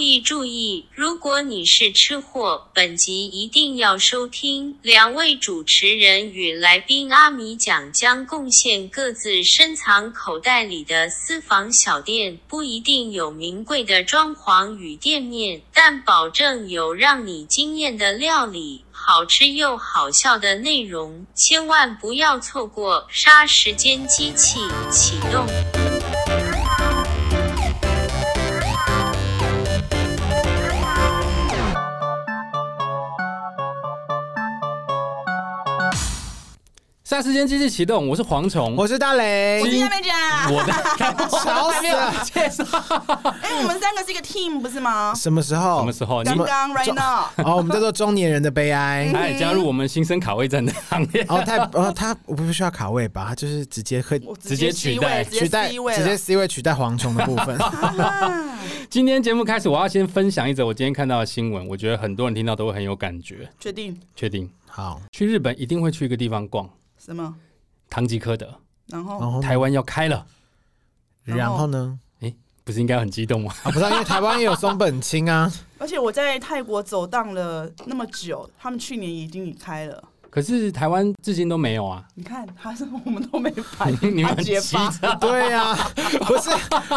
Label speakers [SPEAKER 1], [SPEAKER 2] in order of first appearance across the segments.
[SPEAKER 1] 意注意，如果你是吃货，本集一定要收听。两位主持人与来宾阿米讲将贡献各自深藏口袋里的私房小店，不一定有名贵的装潢与店面，但保证有让你惊艳的料理。好吃又好笑的内容，千万不要错过！杀时间机器启动。
[SPEAKER 2] 下时间机器启动，我是蝗虫，
[SPEAKER 3] 我是大雷
[SPEAKER 4] 我，
[SPEAKER 2] 嗯今
[SPEAKER 4] 是大妹姐。
[SPEAKER 2] 我的
[SPEAKER 3] 吵死了！
[SPEAKER 2] 介绍
[SPEAKER 4] 哎、我们三个是一个 team 不是吗？
[SPEAKER 3] 什么时候？
[SPEAKER 2] 什么时候？你
[SPEAKER 4] 刚
[SPEAKER 2] 们
[SPEAKER 4] 刚 right now，
[SPEAKER 3] 哦，我们叫做中年人的悲哀。
[SPEAKER 2] 哎，加入我们新生卡位战的行列。
[SPEAKER 3] 哦，太哦，他我不需要卡位吧？他就是 直接可以
[SPEAKER 4] 我
[SPEAKER 2] 直接取代
[SPEAKER 4] 直
[SPEAKER 3] 取
[SPEAKER 4] 接 C
[SPEAKER 3] 代，
[SPEAKER 4] 位直
[SPEAKER 3] 直接
[SPEAKER 4] 接 C 位啊
[SPEAKER 3] C 位取代蝗虫的部分。
[SPEAKER 4] 了。
[SPEAKER 2] 今天节目开始，我要先分享一则我今天看到的新闻，我觉得很多人听到都会很有感觉。
[SPEAKER 4] 决定
[SPEAKER 2] 确定
[SPEAKER 3] 好，
[SPEAKER 2] 去日本一定会去一个地方逛，
[SPEAKER 4] 什么？
[SPEAKER 2] 唐吉诃德，
[SPEAKER 4] 然后
[SPEAKER 3] 然后
[SPEAKER 2] 台湾要开了，
[SPEAKER 3] 然后呢？
[SPEAKER 2] 不是应该很激动吗？
[SPEAKER 3] 啊，不知道，因为台湾也有松本清啊。
[SPEAKER 4] 而且我在泰国走荡了那么久，他们去年已经已开了。
[SPEAKER 2] 可是台湾至今都没有啊。
[SPEAKER 4] 你看，他是我们都没
[SPEAKER 3] 啊
[SPEAKER 4] 反 应，
[SPEAKER 2] 你
[SPEAKER 4] 他
[SPEAKER 2] 们
[SPEAKER 4] 结巴。
[SPEAKER 2] 急着
[SPEAKER 3] 对呀、不是，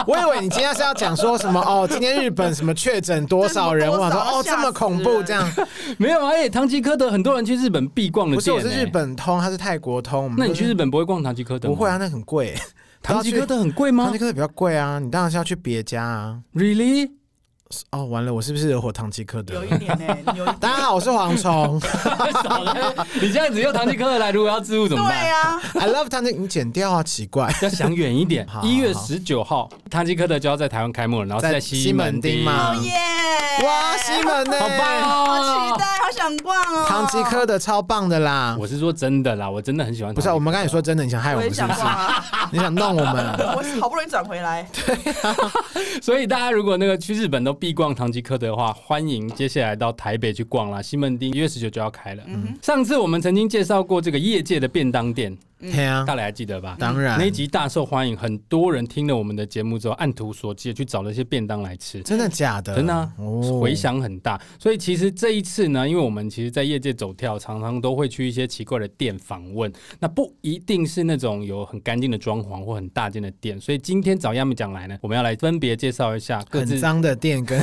[SPEAKER 3] 我以为你今天是要讲说什么哦，今天日本什么确诊多少人？我想说哦，
[SPEAKER 4] 吓
[SPEAKER 3] 这
[SPEAKER 4] 死
[SPEAKER 3] 么恐怖
[SPEAKER 4] 人
[SPEAKER 3] 这样。
[SPEAKER 2] 没有啊？哎、唐吉诃德很多人去日本必逛的
[SPEAKER 3] 不是，
[SPEAKER 2] 店、
[SPEAKER 3] 我是
[SPEAKER 2] 哎
[SPEAKER 3] 日。本通，他是泰国通。我们
[SPEAKER 2] 那你
[SPEAKER 3] 都是
[SPEAKER 2] 去日本不会逛唐吉诃德吗？
[SPEAKER 3] 不会啊，，那很贵。
[SPEAKER 2] 唐吉诃德很贵
[SPEAKER 3] 唐
[SPEAKER 2] 吗
[SPEAKER 3] 吉诃德比较贵啊，你当然是要去别家啊。
[SPEAKER 2] ？Really？
[SPEAKER 3] 哦，完了，我是不是惹火唐吉诃
[SPEAKER 4] 有
[SPEAKER 3] 德
[SPEAKER 4] 一
[SPEAKER 3] 了？
[SPEAKER 4] 点哎、你有一
[SPEAKER 3] 大家好，我是蝗虫
[SPEAKER 2] 你这样子用唐吉诃德来，如果要自入怎么办？
[SPEAKER 4] 对啊呀、
[SPEAKER 3] ，I love 唐吉，你剪掉啊，奇 怪。
[SPEAKER 2] 要想远一点
[SPEAKER 3] 好，好
[SPEAKER 2] 一月十九号，唐吉诃德就要在台湾开幕了，然后是
[SPEAKER 3] 在
[SPEAKER 2] 在
[SPEAKER 3] 西门
[SPEAKER 2] 门
[SPEAKER 3] 町
[SPEAKER 2] 町
[SPEAKER 3] 嘛
[SPEAKER 4] 哦耶！
[SPEAKER 3] 哇，西门呢、
[SPEAKER 2] 好棒
[SPEAKER 4] 好期
[SPEAKER 2] 哦！
[SPEAKER 4] 待，好想逛哦。
[SPEAKER 3] 唐吉诃德超棒的啦！
[SPEAKER 2] 我是说真的啦，我真的很喜欢唐
[SPEAKER 3] 不
[SPEAKER 2] 吉诃
[SPEAKER 3] 是
[SPEAKER 2] 德。
[SPEAKER 3] 啊，我们刚才说真的，你想害我
[SPEAKER 4] 我也
[SPEAKER 3] 们是
[SPEAKER 4] 想
[SPEAKER 3] 不是
[SPEAKER 4] 逛？啊，
[SPEAKER 3] 你想弄我 们？
[SPEAKER 4] 我好不容易转回来。
[SPEAKER 2] 所以大家如果那个去日本都必逛唐吉诃德的话，欢迎接下来到台北去逛啦。西门町一月十九就要开了。
[SPEAKER 4] 嗯
[SPEAKER 2] 上次我们曾经介绍过这个业界的便当店，
[SPEAKER 4] 嗯
[SPEAKER 3] 对啊
[SPEAKER 2] 大，家还记得吧？
[SPEAKER 3] 当然
[SPEAKER 2] 那一集大受欢迎，很多人听了我们的节目之后，按图索骥地去找了一些便当来吃。
[SPEAKER 3] 真的假的？
[SPEAKER 2] 真的啊
[SPEAKER 3] 哦
[SPEAKER 2] 回响很大，所以其实这一次呢，因为我们其实，在业界走跳，常常都会去一些奇怪的店访问，那不一定是那种有很干净的装潢或很大间的店，所以今天找亚米讲来呢，我们要来分别介绍一下各自
[SPEAKER 3] 很脏的店 跟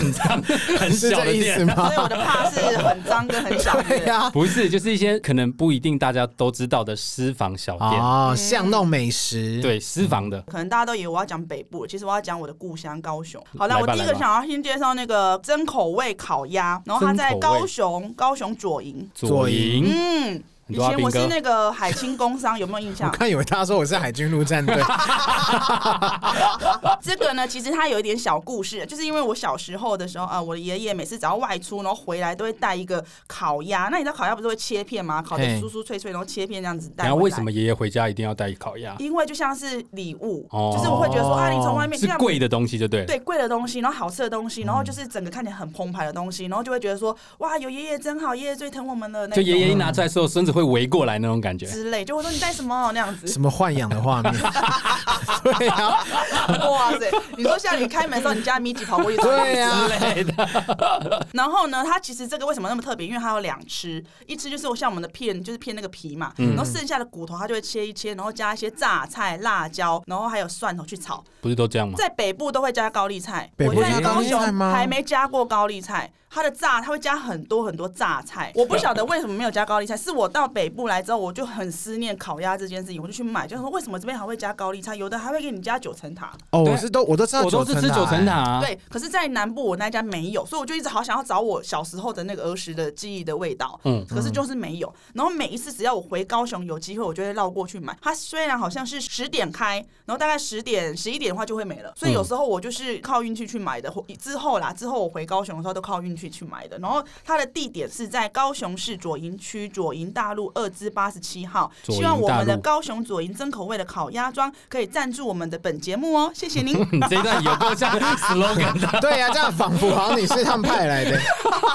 [SPEAKER 2] 很
[SPEAKER 3] 是
[SPEAKER 2] 小的
[SPEAKER 3] 这意思
[SPEAKER 2] 店。
[SPEAKER 3] 吗
[SPEAKER 4] 所？以我的怕是很脏跟很小
[SPEAKER 3] 对
[SPEAKER 4] 的。
[SPEAKER 3] 呀，
[SPEAKER 2] 不是，就是一些可能不一定大家都知道的私房小店，
[SPEAKER 3] 哦，巷弄美食，，
[SPEAKER 2] 对私房
[SPEAKER 3] 嗯
[SPEAKER 2] 的，
[SPEAKER 4] 可能大家都以为我要讲北部，其实我要讲我的故乡高雄。好
[SPEAKER 2] 来
[SPEAKER 4] 那
[SPEAKER 2] 吧
[SPEAKER 4] 我第
[SPEAKER 2] 来
[SPEAKER 4] 一个
[SPEAKER 2] 吧
[SPEAKER 4] 想要先介绍那个真口味烤鸭，然后它在
[SPEAKER 2] 真口味
[SPEAKER 4] 高雄高雄左营。
[SPEAKER 2] 左营，
[SPEAKER 4] 嗯，
[SPEAKER 2] 很
[SPEAKER 4] 以
[SPEAKER 2] 多阿
[SPEAKER 4] 前
[SPEAKER 2] 兵
[SPEAKER 4] 我
[SPEAKER 2] 哥
[SPEAKER 4] 是那个海清工商，有没有印
[SPEAKER 3] 我
[SPEAKER 4] 象？
[SPEAKER 3] 刚以为他说我是海军陆战队，
[SPEAKER 4] 这个呢，其实它有一点小故事，就是因为我小时候的时候，呃，我的爷爷每次只要外出，然后回来都会带一个烤鸭。那你知道烤鸭不是会切片吗？烤的
[SPEAKER 3] 嘿
[SPEAKER 4] 酥酥脆脆，然后切片这样子带。
[SPEAKER 2] 然后为什么？爷爷回家一定要带烤鸭？
[SPEAKER 4] 因为就像是礼物，
[SPEAKER 2] 哦
[SPEAKER 4] 就是我会觉得说啊，你从外面
[SPEAKER 2] 是
[SPEAKER 4] 这样
[SPEAKER 2] 贵的东西就对了。
[SPEAKER 4] 对贵的东西，然后好吃的东西，
[SPEAKER 2] 嗯
[SPEAKER 4] 然后就是整个看起来很澎湃的东西，然后就会觉得说，哇，有爷爷真好，爷爷最疼我们了，那
[SPEAKER 2] 就
[SPEAKER 4] 种
[SPEAKER 2] 爷爷一
[SPEAKER 3] 嗯
[SPEAKER 2] 拿出来之后，孙子会围过来那种感觉。
[SPEAKER 4] 之类，就会说你带什么那样子
[SPEAKER 3] 什，么豢养的 画面？对啊呀，
[SPEAKER 4] 哇塞！你说像你开门的时候，你家米奇跑过去，
[SPEAKER 3] 对
[SPEAKER 2] 啊
[SPEAKER 3] 啊呀，
[SPEAKER 4] 然后呢，它其实这个为什么那么特别？因为它有两吃，一吃就是像我们的片，就是片那个皮嘛，
[SPEAKER 2] 嗯
[SPEAKER 4] 然后剩下的骨头它就会切一切，然后加一些榨菜、辣椒，然后还有蒜头去炒。
[SPEAKER 2] 不是都这样吗？
[SPEAKER 4] 在北部都会加高丽菜，
[SPEAKER 3] 北部
[SPEAKER 4] 我
[SPEAKER 3] 加
[SPEAKER 4] 在
[SPEAKER 3] 高
[SPEAKER 4] 高
[SPEAKER 3] 丽菜
[SPEAKER 4] 雄
[SPEAKER 3] 吗
[SPEAKER 4] 还没加过高丽菜。它的榨，它会加很多很多榨菜，
[SPEAKER 3] 嗯
[SPEAKER 4] 我不晓得为什么没有加高丽菜。是我到北部来之后，我就很思念烤鸭这件事情，我就去买，就是说为什么这边还会加高丽菜，有的还会给你加九层塔。
[SPEAKER 3] 哦，
[SPEAKER 2] 对
[SPEAKER 3] 我是都我都知道，
[SPEAKER 2] 我都是吃九层塔、，啊。
[SPEAKER 4] 对，可是，在南部我那家没有，所以我就一直好想要找我小时候的那个儿时的记忆的味道。
[SPEAKER 2] 嗯
[SPEAKER 4] 可是就是没有。然后每一次只要我回高雄有机会，我就会绕过去买。它虽然好像是十点开，然后大概十点
[SPEAKER 2] 嗯
[SPEAKER 4] 十一点的话就会没了，所以有时候我就是靠运气去买的。或之后啦，之后我回高雄的时候都靠运气去去买的。然后它的地点是在高雄市左营区左营大路二支八十七号。
[SPEAKER 2] 左营
[SPEAKER 4] 希望我们
[SPEAKER 2] 大
[SPEAKER 4] 的
[SPEAKER 2] 路
[SPEAKER 4] 高雄左营真口味的烤鸭庄可以赞助我们的本节目哦，谢谢您。
[SPEAKER 2] 你嗯这一段有够像 slogan 的，
[SPEAKER 3] 对啊呀、这样仿佛好像你是他们 派来的。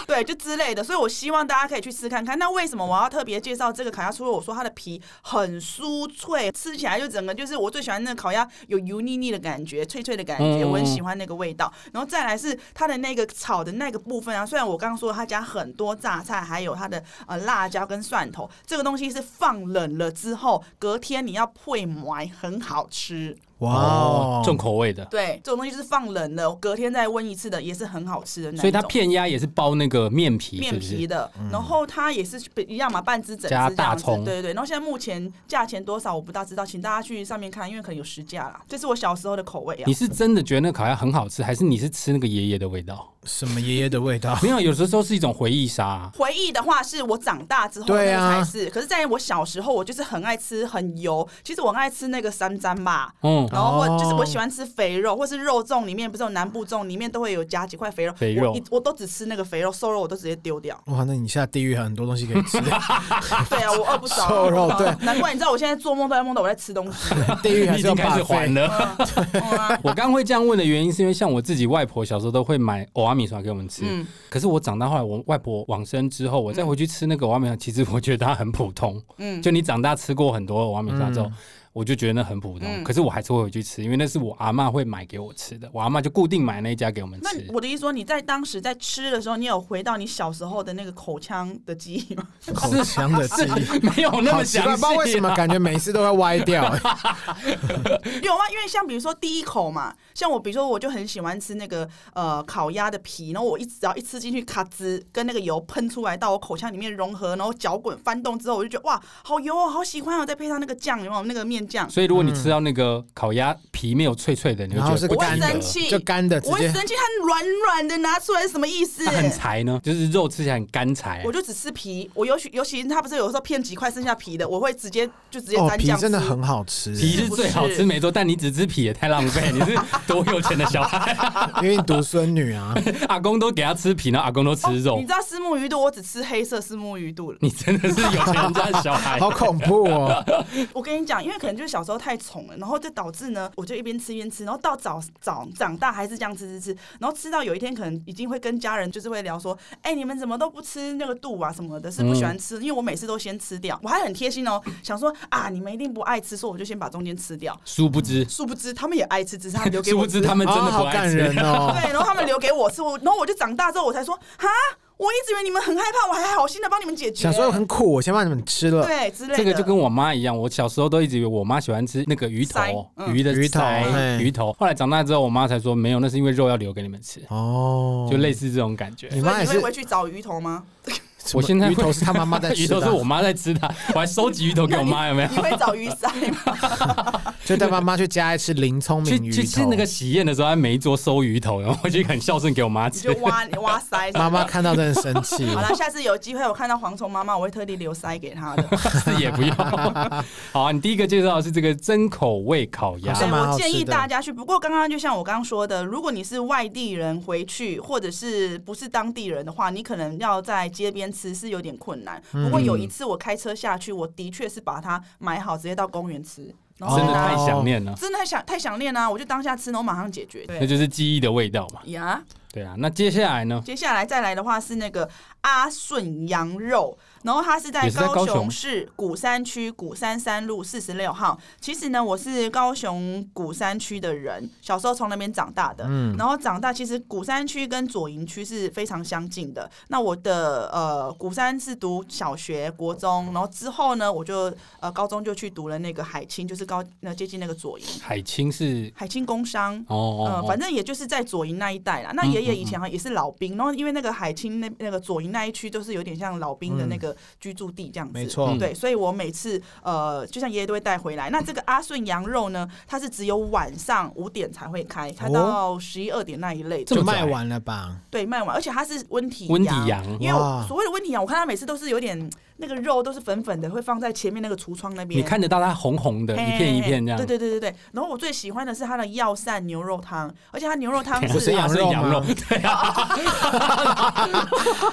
[SPEAKER 4] 对，就之类的。所以我希望大家可以去吃看看。那为什么我要特别介绍这个烤鸭？除了我说它的皮很酥脆，吃起来就整个就是我最喜欢那个烤鸭，有油腻腻的感觉，脆脆的感觉，
[SPEAKER 2] 嗯
[SPEAKER 4] 我很喜欢那个味道。然后再来是它的那个炒的那个部分啊，虽然我刚刚说它加很多榨菜，还有它的呃辣椒跟蒜头，这个东西是放冷了之后，隔天你要配埋，很好吃。
[SPEAKER 3] 哇
[SPEAKER 2] 哦
[SPEAKER 3] 哦，，
[SPEAKER 2] 重口味的。
[SPEAKER 4] 对，这种东西就是放冷了，隔天再温一次的，也是很好吃的那一种。
[SPEAKER 2] 所以它片鸭也是包那个面皮，是
[SPEAKER 4] 面
[SPEAKER 2] 不
[SPEAKER 4] 皮
[SPEAKER 2] 是？
[SPEAKER 4] 的，然后它也是一样嘛，半只整只这
[SPEAKER 2] 加
[SPEAKER 4] 样
[SPEAKER 2] 大
[SPEAKER 4] 子，
[SPEAKER 2] 葱
[SPEAKER 4] 对对对。然后现在目前价钱多少我不大知道，请大家去上面看，因为可能有实价啦。这是我小时候的口味啊
[SPEAKER 2] 你。是真的觉得那个烤鸭很好吃，还是你是吃那个爷爷的味道？
[SPEAKER 3] 什么爷爷的 味道？
[SPEAKER 2] 没有，有的时候是一种回忆杀啊、
[SPEAKER 4] 回忆的话，是我长大之后那
[SPEAKER 3] 对
[SPEAKER 4] 个
[SPEAKER 3] 啊
[SPEAKER 4] 才是。可是，在我小时候，我就是很爱吃很油。其实我很爱吃那个三粘吧，
[SPEAKER 2] 嗯，
[SPEAKER 4] 然后或
[SPEAKER 3] 哦
[SPEAKER 4] 就是我喜欢吃肥肉，或是肉粽里面不是有南部粽，里面都会有夹几块肥肉。
[SPEAKER 2] 肥肉
[SPEAKER 4] 我一我都只吃那个肥肉，瘦肉我都直接丢 掉。
[SPEAKER 3] 哇，那你下地狱还有很多东西可以吃，
[SPEAKER 4] 对啊，我饿不着。
[SPEAKER 3] 瘦肉对，
[SPEAKER 4] 难怪你知道我现在做梦都在梦到我在吃东西。
[SPEAKER 3] 地狱还
[SPEAKER 2] 你已
[SPEAKER 3] 是要
[SPEAKER 2] 经开始
[SPEAKER 3] 把
[SPEAKER 2] 还了。
[SPEAKER 4] 嗯啊
[SPEAKER 2] 我刚会这样问的原因，是因为像我自己外婆小时候都会买欧阿米刷给我们吃，
[SPEAKER 4] 嗯
[SPEAKER 2] 可是我长大后来，我外婆往生之后，我再回去吃那个欧阿米刷，其实我觉得它很普通。
[SPEAKER 4] 嗯，
[SPEAKER 2] 就你长大吃过很多欧阿米刷之后。
[SPEAKER 3] 嗯
[SPEAKER 2] 我就觉得那很普通，
[SPEAKER 4] 嗯
[SPEAKER 2] 可是我还是会回去吃，因为那是我阿嬷会买给我吃的，我阿嬷就固定买那一家给我们
[SPEAKER 4] 那
[SPEAKER 2] 吃。
[SPEAKER 4] 我的意思说，你在当时在吃的时候，你有回到你小时候的那个口腔的记忆吗？
[SPEAKER 3] 口腔的记忆。
[SPEAKER 2] 没有 那
[SPEAKER 3] 好
[SPEAKER 2] 么
[SPEAKER 3] 奇
[SPEAKER 2] 详
[SPEAKER 3] 怪，不知道为
[SPEAKER 2] 细啊
[SPEAKER 3] 什么
[SPEAKER 2] 啦。
[SPEAKER 3] 感觉每次都会歪掉。
[SPEAKER 4] 有啊，因为像比如说第一口嘛，像我比如说我就很喜欢吃那个呃烤鸭的皮，然后我一只要一吃进去，咔吱跟那个油喷出来到我口腔里面融合，然后搅滚翻动之后，我就觉得哇，好油哦，好喜欢哦，再配上那个酱，有没有那个面 酱？
[SPEAKER 2] 所以如果你吃到那个烤鸭皮没有脆脆 的，你会
[SPEAKER 3] 嗯然
[SPEAKER 2] 觉
[SPEAKER 3] 后
[SPEAKER 2] 得
[SPEAKER 3] 是
[SPEAKER 2] 不
[SPEAKER 4] 我会
[SPEAKER 3] 干
[SPEAKER 2] 值
[SPEAKER 3] 的
[SPEAKER 4] 生
[SPEAKER 2] 得。
[SPEAKER 4] 气，
[SPEAKER 3] 就干的，直
[SPEAKER 4] 我会
[SPEAKER 3] 接
[SPEAKER 4] 生气，它软软的拿出来是什么意思？
[SPEAKER 2] 那很柴呢，就是肉吃起来很干柴啊
[SPEAKER 4] 我。就只吃皮，我尤其尤其它不是有时候片几块剩下皮的，我会直接就直接
[SPEAKER 3] 哦，
[SPEAKER 4] 沾
[SPEAKER 3] 皮
[SPEAKER 4] 酱吃。
[SPEAKER 3] 真的很好 吃，
[SPEAKER 2] 皮
[SPEAKER 4] 是
[SPEAKER 2] 是
[SPEAKER 4] 不
[SPEAKER 2] 最好吃
[SPEAKER 4] 是
[SPEAKER 2] 没错，但你只吃皮也太浪费。 你是多有钱的小孩，
[SPEAKER 3] 因为你独孙女啊，
[SPEAKER 2] 阿公都给他吃皮，然后阿公都吃
[SPEAKER 4] 哦
[SPEAKER 2] 肉
[SPEAKER 4] 你知。道丝木鱼肚，我只吃黑色丝木鱼肚了。
[SPEAKER 2] 你真的是有钱人家的小孩。
[SPEAKER 3] 好恐怖 哦！
[SPEAKER 4] 我跟你讲，因为可能就是小时候太宠了，然后就导致呢，我就一边吃一边吃，然后到早早长大还是这样吃吃吃，然后吃到有一天可能已经会跟家人就是会聊说，哎、你们怎么都不吃那个肚啊什么的，是不喜欢吃，因为我每次都先吃掉，我还很贴 心哦，想说啊你们一定不爱吃，所以我就先把中间吃掉。
[SPEAKER 2] 殊不知，
[SPEAKER 4] 殊不知他们也爱吃，只是他们留给
[SPEAKER 2] 殊
[SPEAKER 4] 我
[SPEAKER 2] 不
[SPEAKER 4] 吃
[SPEAKER 2] 知。他们真
[SPEAKER 3] 啊
[SPEAKER 2] 的不
[SPEAKER 3] 好
[SPEAKER 2] 爱
[SPEAKER 3] 感
[SPEAKER 2] 吃
[SPEAKER 3] 人。 哦。
[SPEAKER 4] 对，然后他们留给我吃，我然后我就长大之后我才说，哈，我一直以为你们很害怕，我还好心的帮你们解决。
[SPEAKER 3] 小时候很苦，我先把你们吃了。
[SPEAKER 4] 对之类的，
[SPEAKER 2] 呃这个就跟我妈一样，我小时候都一直以为我妈喜欢吃那个鱼头
[SPEAKER 4] 鳃、嗯
[SPEAKER 2] 鱼的
[SPEAKER 3] 鱼头
[SPEAKER 2] 鳃、
[SPEAKER 3] 嘿
[SPEAKER 2] 鱼头。后来长大之后，我妈才说没有，那是因为肉要留给你们吃，
[SPEAKER 3] 哦，
[SPEAKER 2] 就类似这种感觉。
[SPEAKER 3] 你
[SPEAKER 4] 所
[SPEAKER 3] 妈
[SPEAKER 4] 以
[SPEAKER 3] 也
[SPEAKER 4] 你
[SPEAKER 3] 是
[SPEAKER 4] 会，回去找鱼头 吗？
[SPEAKER 3] 什么
[SPEAKER 2] 我现在
[SPEAKER 3] 鱼头
[SPEAKER 2] 会
[SPEAKER 3] 是他妈妈在
[SPEAKER 2] 鱼
[SPEAKER 3] 吃
[SPEAKER 2] 头是我
[SPEAKER 3] 的，
[SPEAKER 2] 妈在吃啊的，我还收集鱼头给我妈，有没有
[SPEAKER 4] 你？会找鱼鳃 吗？
[SPEAKER 3] 就带妈妈去家里吃林聪明
[SPEAKER 2] 去
[SPEAKER 3] 鱼
[SPEAKER 2] 去吃
[SPEAKER 3] 头
[SPEAKER 2] 那。个喜宴的时候，她每一桌收鱼头，然后我就很孝顺给我妈
[SPEAKER 4] 你
[SPEAKER 2] 吃
[SPEAKER 4] 就。挖挖鳃。
[SPEAKER 3] 妈妈。看到真的生气
[SPEAKER 4] 好，了，下次有机会我看到蝗虫妈妈，我会特地留鳃给她的。
[SPEAKER 2] 是 也 不要。好、啊，你第一个介绍的是这个真口味烤鸭
[SPEAKER 3] 好
[SPEAKER 4] 对，
[SPEAKER 3] 像蛮
[SPEAKER 4] 我
[SPEAKER 3] 好吃的
[SPEAKER 4] 建议大家去。不过刚刚就像我刚刚说的，如果你是外地人回去，或者是不是当地人的话，你可能要在街边吃是有点困难。
[SPEAKER 3] 嗯
[SPEAKER 4] 不过有一次我开车下去，我的确是把它买好，直接到公园吃，然后
[SPEAKER 2] 真的
[SPEAKER 4] 大
[SPEAKER 2] 太
[SPEAKER 4] 家
[SPEAKER 2] 想念了，
[SPEAKER 4] 真的太想太想念啦、啊我就当下吃，然后马上解决。
[SPEAKER 2] 那
[SPEAKER 4] 对
[SPEAKER 2] 就是记忆的味道嘛。
[SPEAKER 4] 呀
[SPEAKER 2] 对啊，那接下来呢？
[SPEAKER 4] 接下来再来的话是那个阿顺羊肉，然后它是在
[SPEAKER 2] 也是在高
[SPEAKER 4] 高
[SPEAKER 2] 雄
[SPEAKER 4] 雄市鼓山区鼓山三路四十六号。其实呢，我是高雄鼓山区的人，小时候从那边长大的。
[SPEAKER 3] 嗯
[SPEAKER 4] 然后长大，其实鼓山区跟左营区是非常相近的。那我的呃鼓山是读小学、国中，然后之后呢，我就呃高中就去读了那个海清，就是高那接近那个左营
[SPEAKER 2] 海清是
[SPEAKER 4] 海清工商。
[SPEAKER 2] 哦哦
[SPEAKER 4] 呃，
[SPEAKER 2] 哦
[SPEAKER 4] 反正也就是在左营那一带啦。那
[SPEAKER 2] 嗯
[SPEAKER 4] 爷
[SPEAKER 2] 嗯
[SPEAKER 4] 爷以前好像也是老兵，然后因为那个海清那那个左营那一区，就是有点像老兵的
[SPEAKER 2] 嗯
[SPEAKER 4] 那个居住地这样子。
[SPEAKER 3] 没错
[SPEAKER 4] 对，所以我每次呃，就像爷爷都会带回来。那这个阿顺羊肉呢，它是只有晚上五点才会开，它
[SPEAKER 3] 哦
[SPEAKER 4] 到十一二点那一类的
[SPEAKER 2] 这么
[SPEAKER 3] 就
[SPEAKER 2] 拽
[SPEAKER 3] 卖完了吧？
[SPEAKER 4] 对卖完，而且它是温体
[SPEAKER 2] 温体羊
[SPEAKER 4] 因为我
[SPEAKER 3] 哇
[SPEAKER 4] 所谓的温体羊，我看它每次都是有点那个肉都是粉粉的，会放在前面那个橱窗那边。
[SPEAKER 2] 你看得到它红红的，
[SPEAKER 4] 嘿
[SPEAKER 2] 一片一片这样。
[SPEAKER 4] 对对对对对。然后我最喜欢的是它的药膳牛肉汤，而且它牛 肉汤
[SPEAKER 3] 不是
[SPEAKER 4] 是
[SPEAKER 3] 羊肉
[SPEAKER 2] 羊
[SPEAKER 3] 吗
[SPEAKER 2] 肉， 对 啊，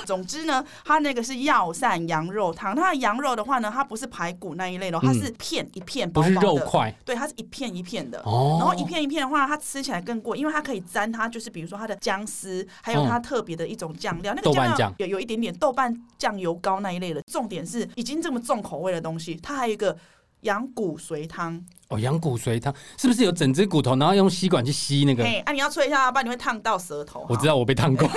[SPEAKER 4] 总之呢，它那个是药膳羊肉汤。它的羊肉的话呢，它不是排骨那一类的哦，它是片一片薄
[SPEAKER 2] 嗯不是
[SPEAKER 4] 薄的，
[SPEAKER 2] 肉块
[SPEAKER 4] 对，它是一片一片的。
[SPEAKER 2] 哦。
[SPEAKER 4] 然后一片一片的话，它吃起来更过瘾，因为它可以沾它就是比如说它的姜丝，还有它特别的一种酱料，那个
[SPEAKER 2] 哦豆瓣
[SPEAKER 4] 酱料
[SPEAKER 2] 酱
[SPEAKER 4] 有有一点点豆瓣酱油膏那一类的。重点是已经这么重口味的东西，它还有一个羊骨髓汤。
[SPEAKER 2] 哦，羊骨髓汤是不是有整只骨头，然后用吸管去吸那个？
[SPEAKER 4] 哎，啊，你要吹一下，不然你会烫到舌头。
[SPEAKER 2] 我知
[SPEAKER 4] 道。
[SPEAKER 2] 道我被烫 过，